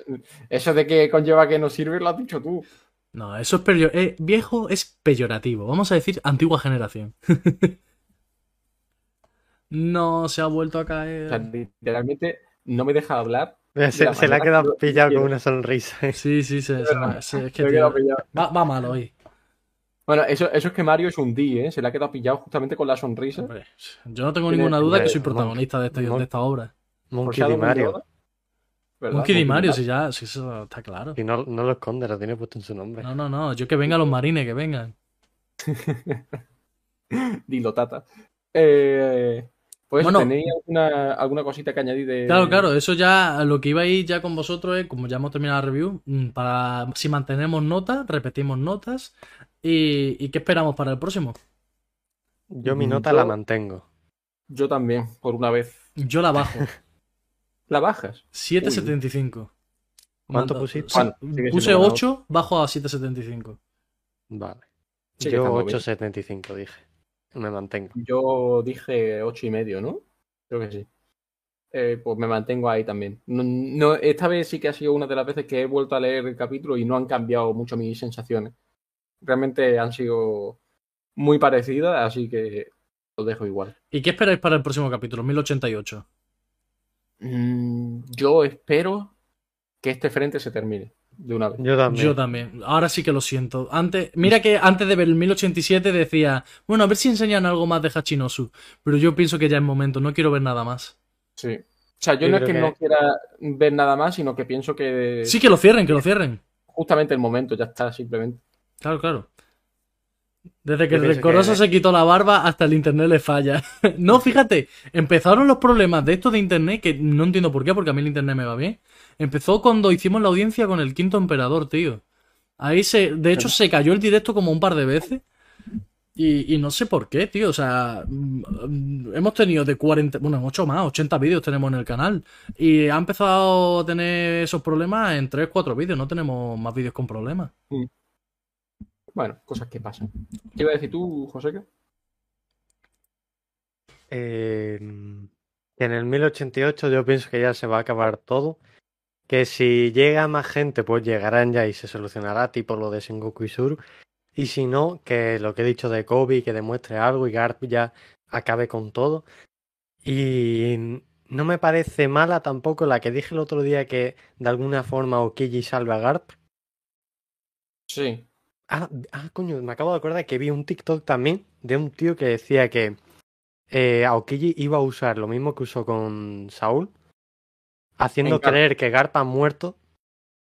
[SPEAKER 1] eso de que conlleva que no sirve lo has dicho tú.
[SPEAKER 2] No, eso es peyor... eh, viejo es peyorativo. Vamos a decir antigua generación. <laughs> no, se ha vuelto a
[SPEAKER 1] O sea,
[SPEAKER 2] caer.
[SPEAKER 1] literalmente no me deja hablar.
[SPEAKER 3] <laughs>
[SPEAKER 1] de
[SPEAKER 3] Se,
[SPEAKER 1] la
[SPEAKER 3] se le
[SPEAKER 1] manera
[SPEAKER 3] ha quedado
[SPEAKER 1] que-
[SPEAKER 3] pillado
[SPEAKER 1] que-
[SPEAKER 3] con una sonrisa.
[SPEAKER 2] Sí, sí, se, se me- se- es que,
[SPEAKER 1] Me he
[SPEAKER 2] tío,
[SPEAKER 1] quedado pillado.
[SPEAKER 2] va, va mal hoy.
[SPEAKER 1] Bueno, eso, eso es que Mario es un D, ¿eh? Se le ha quedado pillado justamente con la sonrisa.
[SPEAKER 2] Hombre, yo no tengo
[SPEAKER 1] Tiene-
[SPEAKER 2] ninguna duda que soy
[SPEAKER 3] Hombre,
[SPEAKER 2] protagonista de, este-
[SPEAKER 3] Monkey-
[SPEAKER 2] de esta obra.
[SPEAKER 3] Monkey
[SPEAKER 1] Forzado
[SPEAKER 3] D.
[SPEAKER 1] con
[SPEAKER 3] Mario.
[SPEAKER 1] Yoda. ¿Verdad?
[SPEAKER 2] Monkey D.
[SPEAKER 1] Monkey
[SPEAKER 2] Mario, si ya, si eso está claro.
[SPEAKER 3] Y no, no lo esconde, lo tiene puesto en su nombre.
[SPEAKER 2] No, no, no, yo que vengan los marines, que vengan.
[SPEAKER 1] Dilo, tata. Eh, pues
[SPEAKER 2] Bueno.
[SPEAKER 1] tenéis alguna, alguna cosita que añadir de...
[SPEAKER 2] Claro, claro, eso ya, lo que iba a ir ya con vosotros es, como ya hemos terminado la review, mm, para si mantenemos notas, repetimos notas y, y qué esperamos para el próximo.
[SPEAKER 3] Yo mi
[SPEAKER 1] Mm,
[SPEAKER 3] nota
[SPEAKER 1] yo-
[SPEAKER 3] la mantengo.
[SPEAKER 1] Yo también, por una vez.
[SPEAKER 2] Yo la bajo,
[SPEAKER 1] ¿La bajas?
[SPEAKER 2] 7.75.
[SPEAKER 3] ¿Cuánto
[SPEAKER 2] Manda-
[SPEAKER 3] pusiste?
[SPEAKER 2] sí,
[SPEAKER 1] Bueno, sigue
[SPEAKER 2] puse
[SPEAKER 1] siendo
[SPEAKER 2] 8, bajo a 7.75.
[SPEAKER 3] Vale.
[SPEAKER 1] Sí,
[SPEAKER 3] Yo
[SPEAKER 1] estamos bien.
[SPEAKER 3] 8.75 dije. Me mantengo.
[SPEAKER 1] Yo dije ocho y medio, ¿no? Creo que sí. Eh, pues me mantengo ahí también. No, no- esta vez sí que ha sido una de las veces que he vuelto a leer el capítulo y no han cambiado mucho mis sensaciones. Realmente han sido muy parecidas, así que lo dejo igual.
[SPEAKER 2] ¿Y qué esperáis para el próximo capítulo? 1088.
[SPEAKER 1] Mm, yo espero que este frente se termine de una vez.
[SPEAKER 3] Yo también.
[SPEAKER 2] Yo también. Ahora sí que lo siento. Antes, mira que antes de ver el 1087 decía, bueno, a ver si enseñan algo más de Hachinosu. Pero yo pienso que ya es momento, no quiero ver nada más.
[SPEAKER 1] Sí. O sea, yo
[SPEAKER 3] Yo
[SPEAKER 1] no es
[SPEAKER 3] creo
[SPEAKER 1] que,
[SPEAKER 3] que-
[SPEAKER 1] no quiera ver nada más, sino que pienso que
[SPEAKER 2] Sí, que lo cierren, que lo cierren.
[SPEAKER 1] justamente el momento ya está, simplemente.
[SPEAKER 2] Claro, claro. Desde que
[SPEAKER 3] Yo
[SPEAKER 2] el
[SPEAKER 3] pienso
[SPEAKER 2] recoroso
[SPEAKER 3] que-
[SPEAKER 2] se quitó la barba hasta el internet le falla. <laughs> no, fíjate, empezaron los problemas de esto de internet, que no entiendo por qué, porque a mí el internet me va bien. Empezó cuando hicimos la audiencia con el quinto emperador, tío. Ahí se, de hecho, se cayó el directo como un par de veces. Y, y no sé por qué, tío. O sea, mm, mm, hemos tenido de 40, bueno, mucho más, 80 vídeos tenemos en el canal. Y ha empezado a tener esos problemas en 3, 4 vídeos. No tenemos más vídeos con problemas.
[SPEAKER 1] Bueno, cosas que pasan. ¿Qué iba a decir tú, José?
[SPEAKER 3] Eh, en el 1088 yo pienso que ya se va a acabar todo. Que si llega más gente, pues llegarán ya y se solucionará, tipo lo de Sengoku y Suru. Y si no, que lo que he dicho de Kobe, que demuestre algo y Garp ya acabe con todo. Y no me parece mala tampoco la que dije el otro día que de alguna forma Okiji salve a Garp.
[SPEAKER 1] Sí.
[SPEAKER 3] Ah, ah, coño, me acabo de acordar que vi un TikTok también de un tío que decía que eh, Aokiji iba a usar lo mismo que usó con Saúl, haciendo
[SPEAKER 1] En Garp.
[SPEAKER 3] creer que Garpa ha muerto,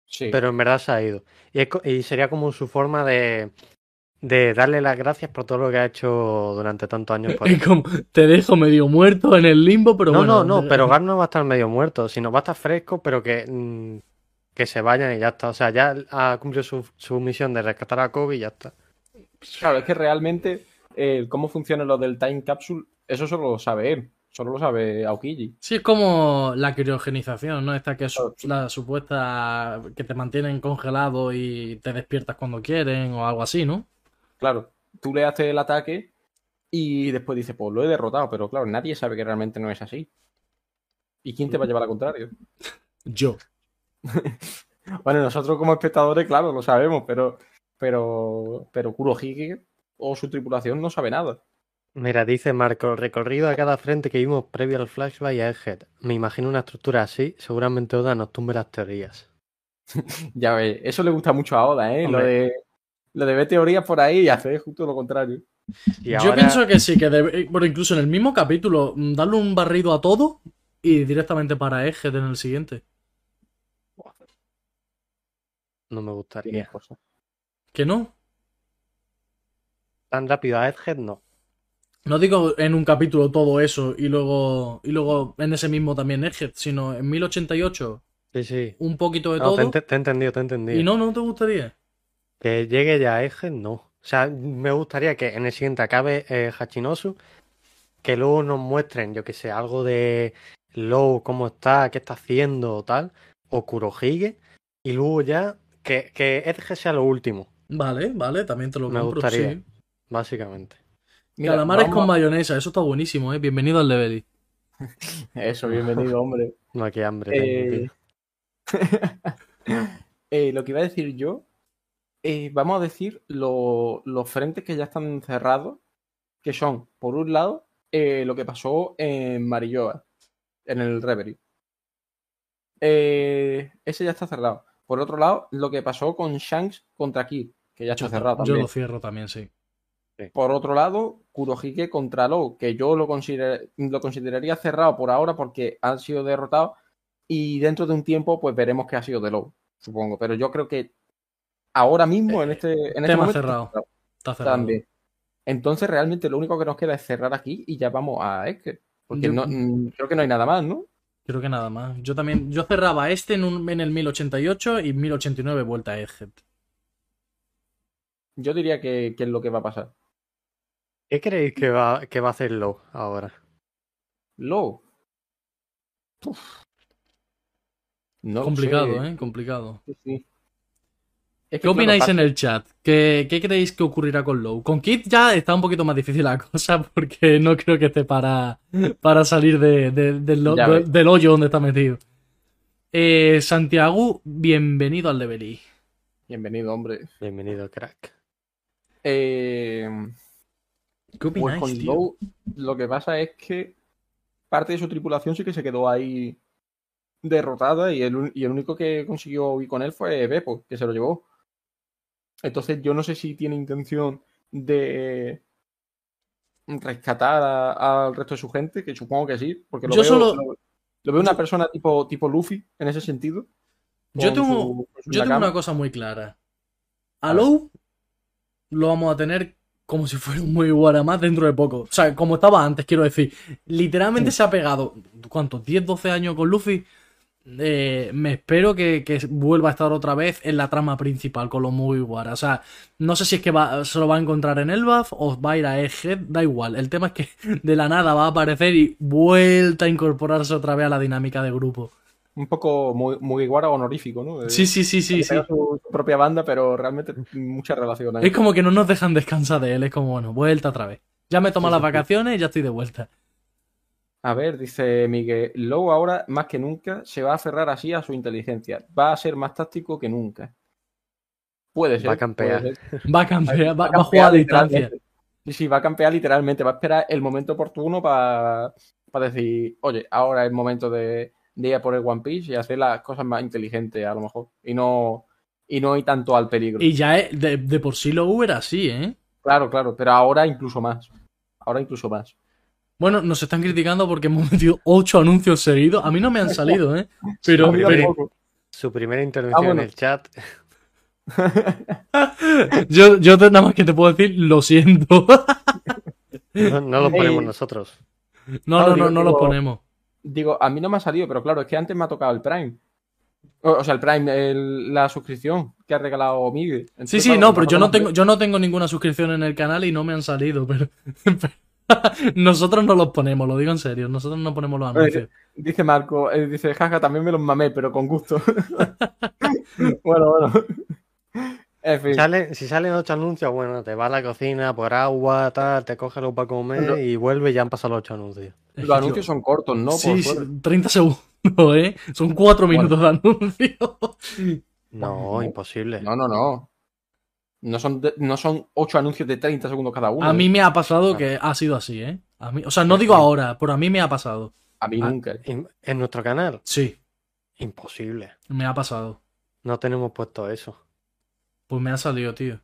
[SPEAKER 1] Sí.
[SPEAKER 3] pero en verdad se ha ido. Y, es co- y sería como su forma de, de darle las gracias por todo lo que ha hecho durante tantos años por él.
[SPEAKER 2] Es como, te dejo medio muerto en el limbo, pero
[SPEAKER 3] No,
[SPEAKER 2] bueno. eh.
[SPEAKER 3] no, no, pero Garp no va a estar medio muerto, sino va a estar fresco, pero que, mm, que se vayan y ya está. O sea, ya ha cumplido su, su misión de rescatar a Kobe y ya está.
[SPEAKER 1] Claro, es que realmente eh, cómo funciona lo del time capsule, eso solo lo sabe él, solo lo sabe Aokiji.
[SPEAKER 2] Sí, es como la criogenización, ¿no? Esta que es
[SPEAKER 1] Claro.
[SPEAKER 2] la supuesta que te mantienen congelado y te despiertas cuando quieren o algo así, ¿no?
[SPEAKER 1] Claro, tú le haces el ataque y después dice, pues lo he derrotado, pero claro, nadie sabe que realmente no es así. ¿Y quién te va a llevar al contrario?
[SPEAKER 2] Yo.
[SPEAKER 1] Bueno, nosotros como espectadores, claro, lo sabemos, pero, pero, pero Kurohige o su tripulación no sabe nada.
[SPEAKER 3] Mira, dice Marco, recorrido a cada frente que vimos previo al flashback y a Egghead. Me imagino una estructura así, seguramente Oda nos tumbe las teorías.
[SPEAKER 1] Ya ves, eso le gusta mucho a Oda, ¿eh? Lo
[SPEAKER 3] Hombre.
[SPEAKER 1] de, lo de ver teorías por ahí y hacer justo lo contrario.
[SPEAKER 3] Y
[SPEAKER 2] Yo
[SPEAKER 3] ahora-
[SPEAKER 2] pienso que sí, que debe- eh, bueno, incluso en el mismo capítulo, mm, darle un barrido a todo y directamente para eje en el siguiente.
[SPEAKER 3] No me
[SPEAKER 1] Tiene
[SPEAKER 3] gustaría.
[SPEAKER 1] cosas.
[SPEAKER 2] ¿Que no?
[SPEAKER 3] Tan rápido a Egghead, no.
[SPEAKER 2] No digo en un capítulo todo eso y luego, y luego en ese mismo también eje, sino en 1088
[SPEAKER 3] Sí, sí.
[SPEAKER 2] un poquito de
[SPEAKER 3] No,
[SPEAKER 2] todo.
[SPEAKER 3] te, ente- te he entendido, te he entendido.
[SPEAKER 2] Y no, no te gustaría.
[SPEAKER 3] Que llegue ya a Egghead, no. O sea, me gustaría que en el siguiente acabe eh, Hachinosu, que luego nos muestren, yo que sé, algo de Low, cómo está, qué está haciendo o tal, o Kurohige, y luego ya que, que Egghead sea lo último,
[SPEAKER 2] Vale, vale, también te lo
[SPEAKER 3] Me
[SPEAKER 2] compro,
[SPEAKER 3] gustaría.
[SPEAKER 2] sí.
[SPEAKER 3] básicamente.
[SPEAKER 1] Mira,
[SPEAKER 2] Calamares con
[SPEAKER 1] vamos a-
[SPEAKER 2] mayonesa, eso está buenísimo, eh. Bienvenido al Levely. <laughs>
[SPEAKER 1] Eso, bienvenido, hombre.
[SPEAKER 3] No, qué hambre
[SPEAKER 1] Eh,
[SPEAKER 3] tengo, tío.
[SPEAKER 1] <laughs> Eh, lo que iba a decir yo, eh, vamos a decir lo- los frentes que ya están cerrados, que son, por un lado, eh, lo que pasó en Marilloa, en el Reverie. Eh, ese ya está cerrado. Por otro lado, lo que pasó con Shanks contra Kid, que ya está cerrado
[SPEAKER 2] Yo
[SPEAKER 1] también.
[SPEAKER 2] lo cierro también, sí.
[SPEAKER 1] Por otro lado, Kurohige contra Law, que yo lo, consider- lo consideraría cerrado por ahora porque han sido derrotados y dentro de un tiempo pues veremos qué ha sido de Law, supongo. Pero yo creo que ahora mismo, en este, en este
[SPEAKER 2] Eh, tema
[SPEAKER 1] momento,
[SPEAKER 2] cerrado.
[SPEAKER 1] está
[SPEAKER 2] Está cerrado.
[SPEAKER 1] también. Entonces realmente lo único que nos queda es cerrar aquí y ya vamos a Esker. Porque
[SPEAKER 2] Yo-
[SPEAKER 1] no- mm, creo que no hay nada más, ¿no?
[SPEAKER 2] Creo que nada más. Yo también, yo cerraba este en, un, en el 1088 y 1089 vuelta a Egghead.
[SPEAKER 1] Yo diría que, que es lo que va a pasar.
[SPEAKER 3] ¿Qué creéis que va, que va a hacer Low ahora?
[SPEAKER 1] Law. Uf. No lo sé.
[SPEAKER 2] Complicado, ¿eh? Complicado.
[SPEAKER 1] Sí, sí. Es que,
[SPEAKER 2] ¿Qué
[SPEAKER 1] claro,
[SPEAKER 2] opináis
[SPEAKER 1] pasa-
[SPEAKER 2] en el chat? ¿Qué, qué creéis que ocurrirá con Low? Con Kid ya está un poquito más difícil la <laughs> cosa porque no creo que esté para, para salir de- de- del, lo-
[SPEAKER 1] Ya
[SPEAKER 2] de-
[SPEAKER 1] ves.
[SPEAKER 2] del hoyo donde está metido. Eh, Santiago, bienvenido al Levelí.
[SPEAKER 1] Bienvenido, hombre.
[SPEAKER 3] Bienvenido, crack.
[SPEAKER 1] Eh,
[SPEAKER 2] ¿Qué
[SPEAKER 1] pues
[SPEAKER 2] opináis,
[SPEAKER 1] con
[SPEAKER 2] tío?
[SPEAKER 1] Lowe lo que pasa es que parte de su tripulación sí que se quedó ahí derrotada y el, un- y el único que consiguió ir con él fue Beppo, que se lo llevó. Entonces yo no sé si tiene intención de rescatar a- al resto de su gente, que supongo que sí, porque lo
[SPEAKER 2] Yo
[SPEAKER 1] veo,
[SPEAKER 2] solo-
[SPEAKER 1] lo, lo veo una
[SPEAKER 2] yo-
[SPEAKER 1] persona tipo, tipo Luffy en ese sentido.
[SPEAKER 2] Yo
[SPEAKER 1] con
[SPEAKER 2] tengo-
[SPEAKER 1] su- con su
[SPEAKER 2] Yo tengo
[SPEAKER 1] Nakama.
[SPEAKER 2] una cosa muy clara. A
[SPEAKER 1] A ver.
[SPEAKER 2] Low lo vamos a tener como si fuera un muy guaramás dentro de poco. O sea, como estaba antes, quiero decir. Literalmente se ha pegado, ¿cuántos? 10, 12 años con Luffy. Eh, me espero que, que vuelva a estar otra vez en la trama principal con los muy guara. O sea, no sé si es que va- se lo va a encontrar en Elbaf o va a ir a Egghead, da igual. El tema es que de la nada va a aparecer y vuelta a incorporarse otra vez a la dinámica de grupo.
[SPEAKER 1] Un poco muy, muy guara honorífico, ¿no? De-
[SPEAKER 2] Sí, sí, sí, sí,
[SPEAKER 1] que
[SPEAKER 2] sí.
[SPEAKER 1] tenga su su propia banda, pero realmente mucha relación ahí.
[SPEAKER 2] Es como que no nos dejan descansar de él, es como, bueno, vuelta otra vez. Ya me tomo
[SPEAKER 1] Sí,
[SPEAKER 2] las
[SPEAKER 1] sí, sí.
[SPEAKER 2] vacaciones y ya estoy de vuelta.
[SPEAKER 1] A ver, dice Miguel, Lowe ahora más que nunca se va a aferrar así a su inteligencia. Va a ser más táctico que nunca. Puede ser.
[SPEAKER 3] Va a campear.
[SPEAKER 1] puede ser. <laughs>
[SPEAKER 2] Va a campear, va, va a
[SPEAKER 1] campear
[SPEAKER 2] jugar a distancia.
[SPEAKER 1] literalmente. Sí, sí, va a campear literalmente. Va a esperar el momento oportuno para decir, oye, ahora es momento de, de ir a por el One Piece y hacer las cosas más inteligentes a lo mejor. Y no, y no ir tanto al peligro.
[SPEAKER 2] Y ya es- de, de por sí lo era así, ¿eh?
[SPEAKER 1] Claro, claro, pero ahora incluso más. Ahora incluso más.
[SPEAKER 2] Bueno, nos están criticando porque hemos metido ocho anuncios seguidos. A mí no me han salido, ¿eh?
[SPEAKER 1] <laughs> A
[SPEAKER 2] Pero,
[SPEAKER 1] mí
[SPEAKER 3] Mira,
[SPEAKER 2] pero-
[SPEAKER 1] tampoco.
[SPEAKER 3] Su primera intervención
[SPEAKER 1] Ah, bueno.
[SPEAKER 3] en el chat. <laughs>
[SPEAKER 2] yo, yo te- nada más que te puedo decir, lo siento. <laughs>
[SPEAKER 3] No, no lo ponemos
[SPEAKER 1] Eh,
[SPEAKER 3] nosotros.
[SPEAKER 2] No, no,
[SPEAKER 1] Claro,
[SPEAKER 2] no,
[SPEAKER 1] digo-
[SPEAKER 2] no los
[SPEAKER 1] digo-
[SPEAKER 2] ponemos.
[SPEAKER 1] Digo, a mí no me ha salido, pero claro, es que antes me ha tocado el Prime. O, o sea, el Prime, el- la suscripción que ha regalado Miguel. Entonces,
[SPEAKER 2] Sí, sí,
[SPEAKER 1] claro,
[SPEAKER 2] no,
[SPEAKER 1] me
[SPEAKER 2] pero
[SPEAKER 1] ha
[SPEAKER 2] yo no
[SPEAKER 1] tocado
[SPEAKER 2] tengo, yo no tengo ninguna suscripción en el canal y no me han salido, pero. <laughs> pero nosotros no los ponemos, lo digo en serio, nosotros no ponemos los
[SPEAKER 1] Oye,
[SPEAKER 2] anuncios.
[SPEAKER 1] Dice Marco, eh, dice, jaja, también me los mamé, pero con
[SPEAKER 2] <laughs>
[SPEAKER 1] gusto. bueno, bueno. En fin,
[SPEAKER 3] Sale- si salen ocho anuncios, bueno, te vas a la cocina por agua, tal, te coges algo para comer
[SPEAKER 1] No.
[SPEAKER 3] y vuelves y ya han pasado los ocho anuncios.
[SPEAKER 2] Es
[SPEAKER 1] Los
[SPEAKER 2] que,
[SPEAKER 1] anuncios son cortos, ¿no? Por
[SPEAKER 2] sí, sí,
[SPEAKER 1] suerte.
[SPEAKER 2] 30 segundos, ¿eh? Son 4 minutos
[SPEAKER 1] <laughs>
[SPEAKER 2] de anuncio.
[SPEAKER 3] No, imposible.
[SPEAKER 1] No, no, no. No son, de- no son ocho anuncios de 30 segundos cada uno.
[SPEAKER 2] A mí me ha pasado
[SPEAKER 1] Ah.
[SPEAKER 2] que ha sido así, ¿eh? A mí, o sea, no digo ahora, pero a mí me ha pasado.
[SPEAKER 1] A mí
[SPEAKER 2] Ah.
[SPEAKER 1] nunca.
[SPEAKER 3] In- En nuestro canal,
[SPEAKER 2] Sí,
[SPEAKER 3] imposible.
[SPEAKER 2] me ha pasado.
[SPEAKER 3] No tenemos puesto eso.
[SPEAKER 2] Pues me ha salido, tío.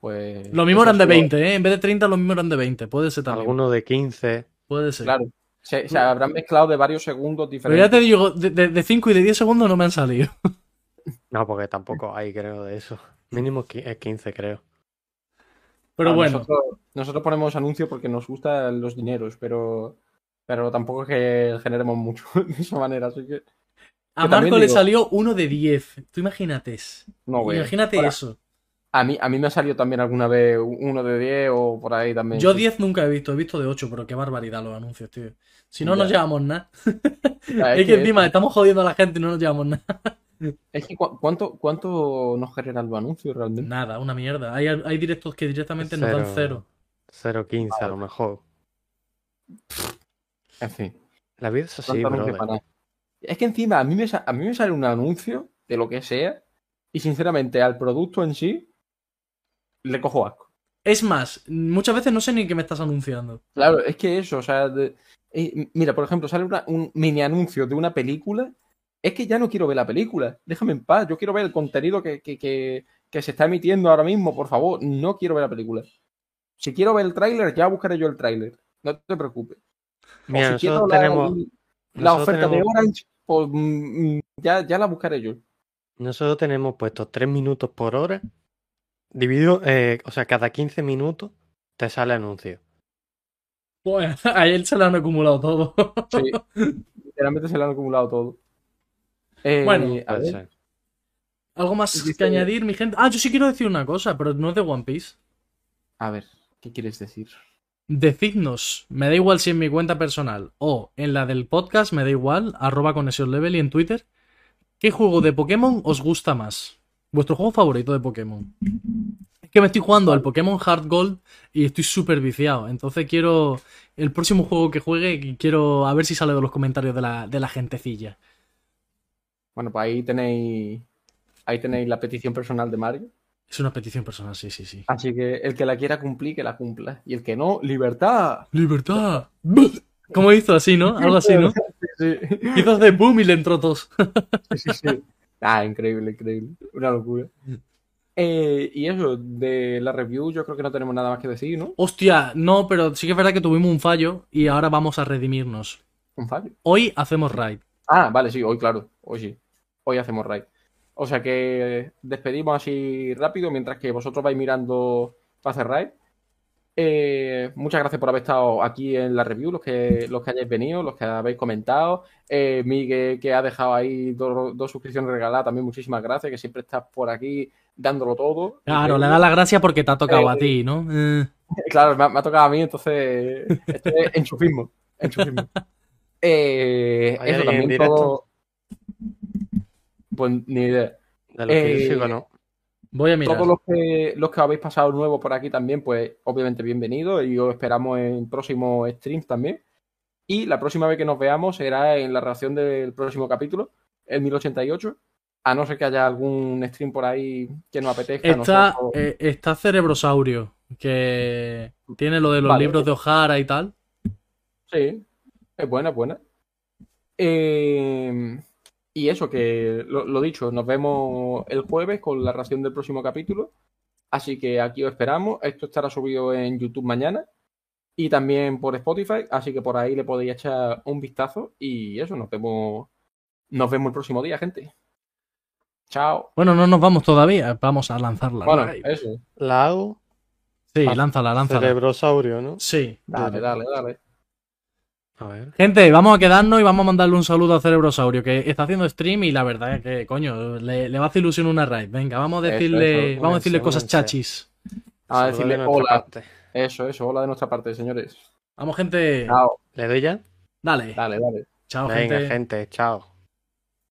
[SPEAKER 1] Pues,
[SPEAKER 2] Lo mismo
[SPEAKER 1] eso
[SPEAKER 2] eran de
[SPEAKER 1] ha sido-
[SPEAKER 2] 20, ¿eh? En vez de 30, lo mismo eran de 20. Puede ser también.
[SPEAKER 3] Alguno de 15.
[SPEAKER 2] Puede ser.
[SPEAKER 1] Claro. Se, se habrán mezclado de varios segundos
[SPEAKER 2] Pero
[SPEAKER 1] diferentes.
[SPEAKER 2] ya te digo, de, de, 5 y de 10 segundos no me han salido. <laughs>
[SPEAKER 3] No, porque tampoco hay, creo, de eso. Mínimo qui- eh, 15, creo.
[SPEAKER 2] Pero
[SPEAKER 1] Ah,
[SPEAKER 2] bueno,
[SPEAKER 1] Nosotros, nosotros ponemos anuncios porque nos gustan los dineros, pero, pero tampoco es que generemos mucho <laughs> de esa manera. Así que,
[SPEAKER 2] a
[SPEAKER 1] que
[SPEAKER 2] Marco
[SPEAKER 1] también
[SPEAKER 2] le
[SPEAKER 1] digo-
[SPEAKER 2] salió uno de 10. Tú imagínate. eso.
[SPEAKER 1] no, güey.
[SPEAKER 2] Imagínate
[SPEAKER 1] Ahora,
[SPEAKER 2] eso.
[SPEAKER 1] A mí, a mí me ha salido también alguna vez uno de 10 o por ahí también.
[SPEAKER 2] Yo
[SPEAKER 1] Sí,
[SPEAKER 2] 10 nunca he visto, he visto de 8, pero qué barbaridad los anuncios, tío. Si no
[SPEAKER 1] Ya.
[SPEAKER 2] nos llevamos nada.
[SPEAKER 1] ya,
[SPEAKER 2] es que encima estamos jodiendo a la gente y no nos llevamos nada.
[SPEAKER 1] es que cu- ¿cuánto, ¿Cuánto nos generan los anuncios realmente?
[SPEAKER 2] <laughs> Nada, una mierda. Hay, hay directos que directamente nos dan cero.
[SPEAKER 3] 0,15 a lo mejor.
[SPEAKER 1] En fin.
[SPEAKER 3] La vida es así,
[SPEAKER 1] ¿cuánto anuncio para
[SPEAKER 3] brother.
[SPEAKER 1] nada? Es que encima a mí, me sa- a mí me sale un anuncio de lo que sea y sinceramente al producto en sí le cojo asco.
[SPEAKER 2] Es más, muchas veces no sé ni qué me estás anunciando.
[SPEAKER 1] Claro, es que eso, o sea, de- eh, mira, por ejemplo, sale una- un mini anuncio de una película, es que ya no quiero ver la película, déjame en paz, yo quiero ver el contenido que, que- que- que se está emitiendo ahora mismo, por favor, no quiero ver la película. Si quiero ver el tráiler, ya buscaré yo el tráiler, no te preocupes. O
[SPEAKER 3] Mira,
[SPEAKER 1] si quiero
[SPEAKER 3] nosotros
[SPEAKER 1] la,
[SPEAKER 3] tenemos,
[SPEAKER 1] la
[SPEAKER 3] nosotros
[SPEAKER 1] oferta de
[SPEAKER 3] tenemos-
[SPEAKER 1] Orange, pues mm, mm, ya, ya la buscaré yo.
[SPEAKER 3] Nosotros tenemos puestos 3 minutos por hora. Dividido, eh, o sea, cada 15 minutos te sale anuncio.
[SPEAKER 2] Pues <laughs> a él se lo han acumulado todo. <laughs>
[SPEAKER 3] <laughs>
[SPEAKER 1] Sí, literalmente se lo han acumulado todo. Eh,
[SPEAKER 2] Bueno,
[SPEAKER 1] a
[SPEAKER 3] Puede
[SPEAKER 1] ver,
[SPEAKER 3] ser.
[SPEAKER 2] ¿Algo más
[SPEAKER 1] Dice-
[SPEAKER 2] que añadir, mi gente? Ah, yo sí quiero decir una cosa, pero no es de One Piece.
[SPEAKER 1] a ver, ¿qué quieres decir?
[SPEAKER 2] Decidnos, me da igual si en mi cuenta personal o en la del podcast, me da igual, arroba conexión level y en Twitter, ¿qué juego de Pokémon os gusta más? Vuestro juego favorito de Pokémon. Es que me estoy jugando al Pokémon Hard Gold y estoy súper viciado. Entonces quiero. El próximo juego que juegue, quiero a ver si sale de los comentarios de la, de la gentecilla.
[SPEAKER 1] Bueno, pues ahí tenéis. Ahí tenéis la petición personal de Mario.
[SPEAKER 2] Es una petición personal, sí, sí, sí.
[SPEAKER 1] Así que el que la quiera cumplir, que la cumpla. Y el que no, libertad.
[SPEAKER 2] ¡Libertad! ¿Cómo hizo así, no? Algo así, ¿no?
[SPEAKER 1] <laughs> Sí,
[SPEAKER 2] Hizo de boom y le entró tos.
[SPEAKER 1] sí, sí, sí. Ah, increíble, increíble. Una locura.
[SPEAKER 2] Mm.
[SPEAKER 1] Eh, y eso, de la review, yo creo que no tenemos nada más que decir, ¿no?
[SPEAKER 2] Hostia, no, pero sí que es verdad que tuvimos un fallo y ahora vamos a redimirnos.
[SPEAKER 1] Un fallo.
[SPEAKER 2] Hoy hacemos raid.
[SPEAKER 1] Ah, vale, sí, hoy, claro. Hoy sí. Hoy hacemos raid. O sea que despedimos así rápido mientras que vosotros vais mirando para hacer raid. Eh, muchas gracias por haber estado aquí en la review, los que, los que hayáis venido, los que habéis comentado. Eh, Miguel, que ha dejado ahí dos, dos suscripciones regaladas, también muchísimas gracias, que siempre estás por aquí dándolo todo.
[SPEAKER 2] Claro,
[SPEAKER 1] Increíble.
[SPEAKER 2] le da la gracia porque te ha tocado a ti, ¿no? Eh,
[SPEAKER 1] Claro, me ha, me ha tocado a mí, entonces esto es enchufismo.
[SPEAKER 3] <laughs>
[SPEAKER 1] enchufismo. Eh,
[SPEAKER 3] ¿Hay
[SPEAKER 1] eso
[SPEAKER 3] alguien en
[SPEAKER 1] también
[SPEAKER 3] directo?
[SPEAKER 1] todo. Pues ni idea.
[SPEAKER 3] De los que
[SPEAKER 1] Eh,
[SPEAKER 3] yo sigo, no.
[SPEAKER 2] voy a mirar.
[SPEAKER 1] Todos los que, los que habéis pasado nuevos por aquí también, pues obviamente bienvenidos y os esperamos en próximos streams también. Y la próxima vez que nos veamos será en la reacción del próximo capítulo, el 1088. A no ser que haya algún stream por ahí que nos apetezca.
[SPEAKER 2] Está,
[SPEAKER 1] nosotros-
[SPEAKER 2] eh, está Cerebrosaurio, que tiene lo de los
[SPEAKER 1] Vale.
[SPEAKER 2] libros de O'Hara y tal.
[SPEAKER 1] Sí, es buena, es buena. Eh, y eso, que lo, lo dicho, nos vemos el jueves con la ración del próximo capítulo. Así que aquí os esperamos. Esto estará subido en YouTube mañana y también por Spotify. Así que por ahí le podéis echar un vistazo. Y eso, nos vemos, nos vemos el próximo día, gente. Chao.
[SPEAKER 2] Bueno, no nos vamos todavía, vamos a lanzarla.
[SPEAKER 1] Bueno,
[SPEAKER 2] Raid.
[SPEAKER 1] eso.
[SPEAKER 3] La hago
[SPEAKER 2] sí,
[SPEAKER 3] ah,
[SPEAKER 2] lánzala, lánzala.
[SPEAKER 3] cerebrosaurio, ¿no?
[SPEAKER 2] Sí.
[SPEAKER 1] Dale, dale, dale.
[SPEAKER 3] A ver.
[SPEAKER 2] Gente, vamos a quedarnos y vamos a mandarle un saludo a Cerebrosaurio, que está haciendo stream y la verdad es que, coño, le, le va a hacer ilusión una raid. Venga, vamos a
[SPEAKER 1] Eso,
[SPEAKER 2] decirle,
[SPEAKER 1] eso,
[SPEAKER 2] vamos a decirle
[SPEAKER 3] únanse,
[SPEAKER 2] cosas
[SPEAKER 3] únanse.
[SPEAKER 2] chachis.
[SPEAKER 1] Vamos a
[SPEAKER 3] Saludo de
[SPEAKER 1] decirle
[SPEAKER 3] nuestra
[SPEAKER 1] hola.
[SPEAKER 3] parte.
[SPEAKER 1] Eso, eso, hola de nuestra parte, señores.
[SPEAKER 2] Vamos, gente.
[SPEAKER 1] Chao.
[SPEAKER 3] ¿Le doy ya?
[SPEAKER 2] Dale.
[SPEAKER 1] Dale, dale.
[SPEAKER 2] Chao,
[SPEAKER 3] Venga,
[SPEAKER 2] gente.
[SPEAKER 3] gente, chao.